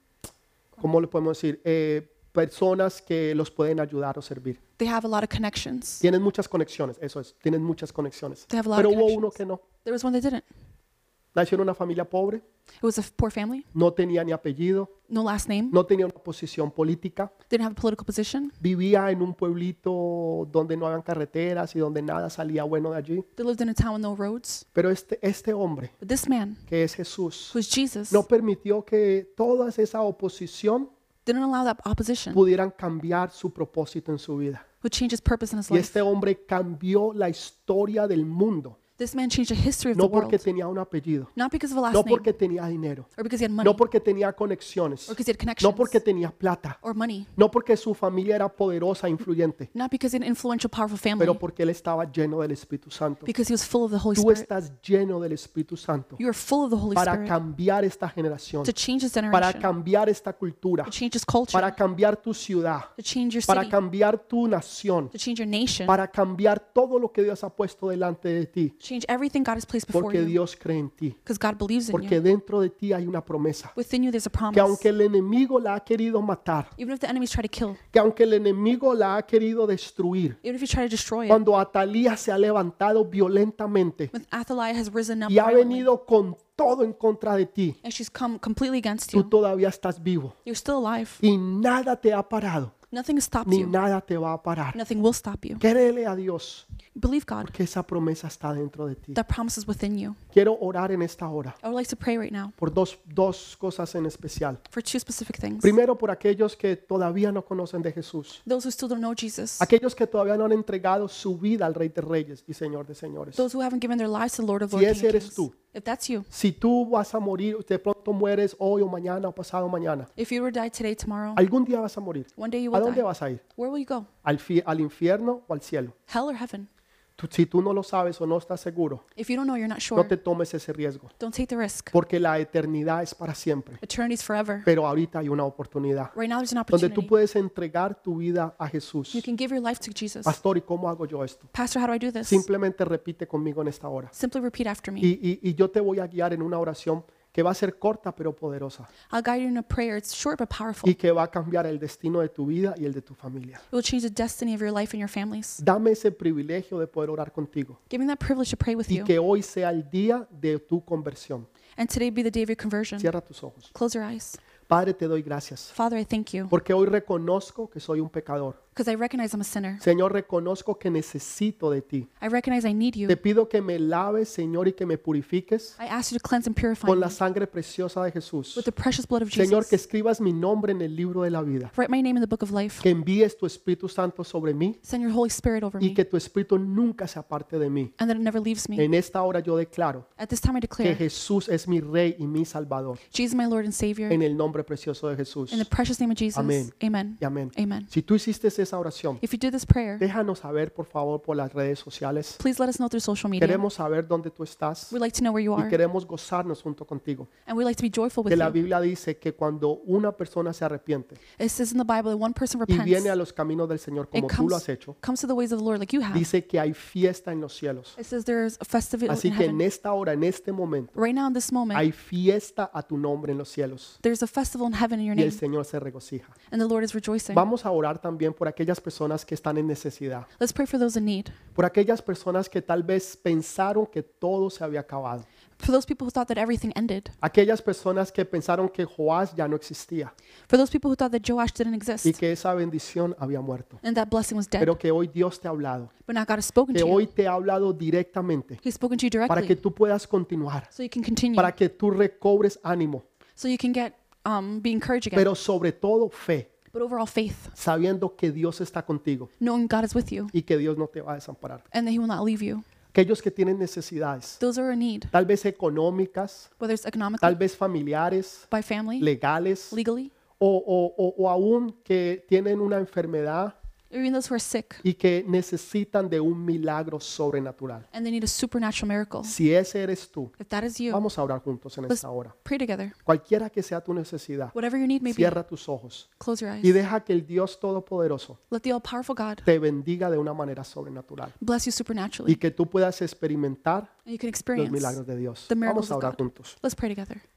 [SPEAKER 1] ¿cómo le podemos decir? Eh, personas que los pueden ayudar o servir.
[SPEAKER 2] they have a lot of connections.
[SPEAKER 1] Tienen muchas conexiones, eso es, tienen muchas conexiones.
[SPEAKER 2] They have a lot
[SPEAKER 1] Pero
[SPEAKER 2] of
[SPEAKER 1] hubo
[SPEAKER 2] connections.
[SPEAKER 1] uno que no.
[SPEAKER 2] There was one that didn't.
[SPEAKER 1] Nació en una familia pobre,
[SPEAKER 2] It was a f- poor family,
[SPEAKER 1] no tenía ni apellido,
[SPEAKER 2] no last name,
[SPEAKER 1] no tenía una posición política,
[SPEAKER 2] didn't have a political position.
[SPEAKER 1] vivía en un pueblito donde no habían carreteras y donde nada salía bueno de allí.
[SPEAKER 2] They lived in a town with no roads.
[SPEAKER 1] Pero este, este hombre,
[SPEAKER 2] But this man,
[SPEAKER 1] que es Jesús,
[SPEAKER 2] who is Jesus,
[SPEAKER 1] no permitió que toda esa oposición
[SPEAKER 2] didn't allow that opposition
[SPEAKER 1] pudieran cambiar su propósito en su vida.
[SPEAKER 2] who changed his purpose in his
[SPEAKER 1] Y
[SPEAKER 2] life.
[SPEAKER 1] este hombre cambió la historia del mundo
[SPEAKER 2] This This man changed the history of the
[SPEAKER 1] no porque
[SPEAKER 2] world.
[SPEAKER 1] tenía un apellido,
[SPEAKER 2] Not because of a last
[SPEAKER 1] no
[SPEAKER 2] name,
[SPEAKER 1] porque tenía dinero,
[SPEAKER 2] or because he had money,
[SPEAKER 1] no
[SPEAKER 2] or
[SPEAKER 1] porque tenía conexiones,
[SPEAKER 2] because he had connections,
[SPEAKER 1] no porque tenía plata,
[SPEAKER 2] or money.
[SPEAKER 1] no porque su familia era poderosa e influyente,
[SPEAKER 2] Not because he had an influential, powerful family,
[SPEAKER 1] pero porque él estaba lleno del Espíritu Santo.
[SPEAKER 2] because he was full of the Holy
[SPEAKER 1] Tú
[SPEAKER 2] Spirit.
[SPEAKER 1] estás lleno del Espíritu Santo
[SPEAKER 2] You are full of the Holy
[SPEAKER 1] para
[SPEAKER 2] Spirit
[SPEAKER 1] cambiar esta generación,
[SPEAKER 2] to change this
[SPEAKER 1] para
[SPEAKER 2] generation,
[SPEAKER 1] cambiar esta cultura,
[SPEAKER 2] to change this culture,
[SPEAKER 1] para cambiar tu ciudad,
[SPEAKER 2] to change your
[SPEAKER 1] para
[SPEAKER 2] city,
[SPEAKER 1] cambiar tu nación,
[SPEAKER 2] to change your nation,
[SPEAKER 1] para cambiar todo lo que Dios ha puesto delante de ti,
[SPEAKER 2] change everything God has placed before
[SPEAKER 1] porque
[SPEAKER 2] you.
[SPEAKER 1] Dios cree en ti,
[SPEAKER 2] Because God believes in you.
[SPEAKER 1] porque dentro de ti hay una promesa,
[SPEAKER 2] Within you, there's a
[SPEAKER 1] que
[SPEAKER 2] promise.
[SPEAKER 1] aunque el enemigo la ha querido matar,
[SPEAKER 2] Even if the enemies try to kill,
[SPEAKER 1] que aunque el enemigo la ha querido destruir,
[SPEAKER 2] even if you try to destroy it,
[SPEAKER 1] cuando Atalía se ha levantado violentamente
[SPEAKER 2] when Athaliah has risen up
[SPEAKER 1] y ha
[SPEAKER 2] violently,
[SPEAKER 1] venido con todo en contra de ti,
[SPEAKER 2] and she's come completely against
[SPEAKER 1] tú
[SPEAKER 2] you,
[SPEAKER 1] todavía estás vivo
[SPEAKER 2] you're still alive.
[SPEAKER 1] y nada te ha parado,
[SPEAKER 2] Nothing has stopped
[SPEAKER 1] ni
[SPEAKER 2] you.
[SPEAKER 1] nada te va a parar.
[SPEAKER 2] Nothing will stop you.
[SPEAKER 1] Créele a Dios
[SPEAKER 2] Believe God.
[SPEAKER 1] que esa promesa está dentro de ti.
[SPEAKER 2] That promise is within you.
[SPEAKER 1] Quiero orar en esta hora
[SPEAKER 2] I would like to pray right now
[SPEAKER 1] por dos, dos cosas en especial.
[SPEAKER 2] for two specific things.
[SPEAKER 1] Primero, por aquellos que todavía no conocen de Jesús.
[SPEAKER 2] Those who still don't know Jesus.
[SPEAKER 1] Aquellos que todavía no han entregado su vida al Rey de Reyes y Señor de Señores.
[SPEAKER 2] Those who haven't given their lives to the Lord of
[SPEAKER 1] Si
[SPEAKER 2] Lords.
[SPEAKER 1] ese
[SPEAKER 2] King of
[SPEAKER 1] eres
[SPEAKER 2] Kings.
[SPEAKER 1] tú.
[SPEAKER 2] If that's you,
[SPEAKER 1] Si tú vas a morir, de pronto mueres hoy o mañana o pasado mañana.
[SPEAKER 2] if you were to die today, tomorrow,
[SPEAKER 1] Algún día vas a morir.
[SPEAKER 2] one day you
[SPEAKER 1] ¿A
[SPEAKER 2] will
[SPEAKER 1] dónde
[SPEAKER 2] die.
[SPEAKER 1] vas a ir?
[SPEAKER 2] Where will you go?
[SPEAKER 1] ¿Al, fi- al infierno o al cielo?
[SPEAKER 2] Hell or heaven?
[SPEAKER 1] Tú- si tú no lo sabes o no estás seguro,
[SPEAKER 2] If you don't know, you're not
[SPEAKER 1] no
[SPEAKER 2] sure.
[SPEAKER 1] te tomes ese riesgo.
[SPEAKER 2] Don't take the risk.
[SPEAKER 1] Porque la eternidad es para siempre.
[SPEAKER 2] Eternity's forever.
[SPEAKER 1] Pero ahorita hay una oportunidad
[SPEAKER 2] Right now, there's an
[SPEAKER 1] donde tú
[SPEAKER 2] opportunity.
[SPEAKER 1] puedes entregar tu vida a Jesús.
[SPEAKER 2] You can give your life to Jesus.
[SPEAKER 1] Pastor, ¿y cómo hago yo esto?
[SPEAKER 2] Pastor, how do I do this?
[SPEAKER 1] Simplemente repite conmigo en esta hora.
[SPEAKER 2] Simply repeat after me.
[SPEAKER 1] Y, y- y yo te voy a guiar en una oración que va a ser corta pero poderosa
[SPEAKER 2] I'll guide you in a prayer. It's short but powerful.
[SPEAKER 1] y
[SPEAKER 2] It
[SPEAKER 1] que va a cambiar el destino de tu vida y el de tu familia.
[SPEAKER 2] will change the destiny of your life and your families.
[SPEAKER 1] Dame ese privilegio de poder orar contigo
[SPEAKER 2] Give me that privilege to pray with
[SPEAKER 1] Mm. y
[SPEAKER 2] you.
[SPEAKER 1] que hoy sea el día de tu conversión.
[SPEAKER 2] And today be the day of your conversion.
[SPEAKER 1] Cierra tus ojos.
[SPEAKER 2] Close your eyes.
[SPEAKER 1] Padre, te doy gracias
[SPEAKER 2] Father, I thank you
[SPEAKER 1] porque hoy reconozco que soy un pecador.
[SPEAKER 2] because I recognize I'm a sinner.
[SPEAKER 1] Señor, reconozco que necesito de ti.
[SPEAKER 2] I recognize I need you.
[SPEAKER 1] Te pido que me laves, Señor, y que me purifiques
[SPEAKER 2] I ask you to cleanse and purify
[SPEAKER 1] con
[SPEAKER 2] me
[SPEAKER 1] la sangre preciosa de Jesús.
[SPEAKER 2] with the precious blood of
[SPEAKER 1] Señor, que
[SPEAKER 2] Jesus.
[SPEAKER 1] escribas mi nombre en el libro de la vida.
[SPEAKER 2] Write my name in the book of life.
[SPEAKER 1] Que envíes tu Espíritu Santo sobre mí
[SPEAKER 2] Send your Holy Spirit over
[SPEAKER 1] y
[SPEAKER 2] me
[SPEAKER 1] que tu Espíritu nunca se aparte de mí.
[SPEAKER 2] and that it never leaves me.
[SPEAKER 1] En esta hora yo declaro
[SPEAKER 2] At this time, I
[SPEAKER 1] que
[SPEAKER 2] declare
[SPEAKER 1] Jesús es mi Rey y mi Salvador.
[SPEAKER 2] Jesus, my Lord and Savior,
[SPEAKER 1] En el nombre precioso de Jesús.
[SPEAKER 2] in the precious name of Jesus.
[SPEAKER 1] Amén.
[SPEAKER 2] Amen.
[SPEAKER 1] Y amén.
[SPEAKER 2] Amen.
[SPEAKER 1] Si tú hiciste esa oración,
[SPEAKER 2] If you do this prayer,
[SPEAKER 1] déjanos saber, por favor, por las redes sociales.
[SPEAKER 2] please let us know through social media.
[SPEAKER 1] Queremos saber dónde tú estás
[SPEAKER 2] We'd like to know where you
[SPEAKER 1] y
[SPEAKER 2] are,
[SPEAKER 1] queremos gozarnos junto contigo.
[SPEAKER 2] and we'd like to be joyful with
[SPEAKER 1] Que la
[SPEAKER 2] you.
[SPEAKER 1] Biblia dice que cuando una persona se arrepiente
[SPEAKER 2] It says in the Bible that one person
[SPEAKER 1] y viene a
[SPEAKER 2] repents
[SPEAKER 1] los caminos del Señor como
[SPEAKER 2] and
[SPEAKER 1] tú lo has
[SPEAKER 2] comes,
[SPEAKER 1] hecho,
[SPEAKER 2] comes to the ways of the Lord like you have.
[SPEAKER 1] dice que hay fiesta en los cielos.
[SPEAKER 2] It says there's a festivity
[SPEAKER 1] Así
[SPEAKER 2] in
[SPEAKER 1] que en
[SPEAKER 2] heaven.
[SPEAKER 1] esta hora, en este momento,
[SPEAKER 2] Right now, in this moment,
[SPEAKER 1] hay fiesta a tu nombre en los cielos
[SPEAKER 2] there's a festival in heaven in your
[SPEAKER 1] y el
[SPEAKER 2] name,
[SPEAKER 1] Señor se regocija.
[SPEAKER 2] and the Lord is rejoicing.
[SPEAKER 1] Vamos a orar también por aquellas personas que están en necesidad,
[SPEAKER 2] Let's pray for those in need,
[SPEAKER 1] por aquellas personas que tal vez pensaron que todo se había acabado,
[SPEAKER 2] for those people who thought that everything ended,
[SPEAKER 1] aquellas personas que pensaron que Joás ya no existía
[SPEAKER 2] for those people who thought that Joash didn't exist
[SPEAKER 1] y que esa bendición había muerto.
[SPEAKER 2] and that blessing was dead.
[SPEAKER 1] Pero que hoy Dios te ha hablado,
[SPEAKER 2] But now God has spoken
[SPEAKER 1] que
[SPEAKER 2] to you.
[SPEAKER 1] hoy te ha hablado directamente
[SPEAKER 2] He's spoken to you
[SPEAKER 1] para que
[SPEAKER 2] directly,
[SPEAKER 1] tú puedas continuar,
[SPEAKER 2] so you can continue,
[SPEAKER 1] para que tú recobres ánimo,
[SPEAKER 2] so you can get um, be encouraged again.
[SPEAKER 1] pero sobre todo fe,
[SPEAKER 2] But overall, faith,
[SPEAKER 1] sabiendo que Dios está contigo
[SPEAKER 2] knowing God is with you,
[SPEAKER 1] y que Dios no te va a desamparar.
[SPEAKER 2] and that He will not leave you.
[SPEAKER 1] Aquellos que tienen necesidades,
[SPEAKER 2] Those who are in need,
[SPEAKER 1] tal vez económicas,
[SPEAKER 2] whether it's
[SPEAKER 1] tal
[SPEAKER 2] economically,
[SPEAKER 1] vez familiares,
[SPEAKER 2] by family,
[SPEAKER 1] legales,
[SPEAKER 2] legally,
[SPEAKER 1] o, o- o- o aún que tienen una enfermedad
[SPEAKER 2] or even those who are sick
[SPEAKER 1] y que necesitan de un milagro sobrenatural.
[SPEAKER 2] and they need a supernatural miracle.
[SPEAKER 1] Si ese eres tú,
[SPEAKER 2] If that is you,
[SPEAKER 1] vamos a orar juntos
[SPEAKER 2] Pues
[SPEAKER 1] en esta hora.
[SPEAKER 2] pray together.
[SPEAKER 1] Cualquiera que sea tu necesidad,
[SPEAKER 2] Whatever your need may be,
[SPEAKER 1] cierra tus ojos
[SPEAKER 2] close your
[SPEAKER 1] y
[SPEAKER 2] eyes.
[SPEAKER 1] deja que el Dios Todopoderoso
[SPEAKER 2] Let the all powerful God
[SPEAKER 1] te bendiga de una manera sobrenatural
[SPEAKER 2] bless you
[SPEAKER 1] y
[SPEAKER 2] supernaturally
[SPEAKER 1] que tú puedas experimentar
[SPEAKER 2] and you can
[SPEAKER 1] los
[SPEAKER 2] experience.
[SPEAKER 1] milagros de Dios.
[SPEAKER 2] the
[SPEAKER 1] Vamos
[SPEAKER 2] miracles
[SPEAKER 1] a
[SPEAKER 2] of
[SPEAKER 1] orar
[SPEAKER 2] God.
[SPEAKER 1] juntos.
[SPEAKER 2] Let's pray together.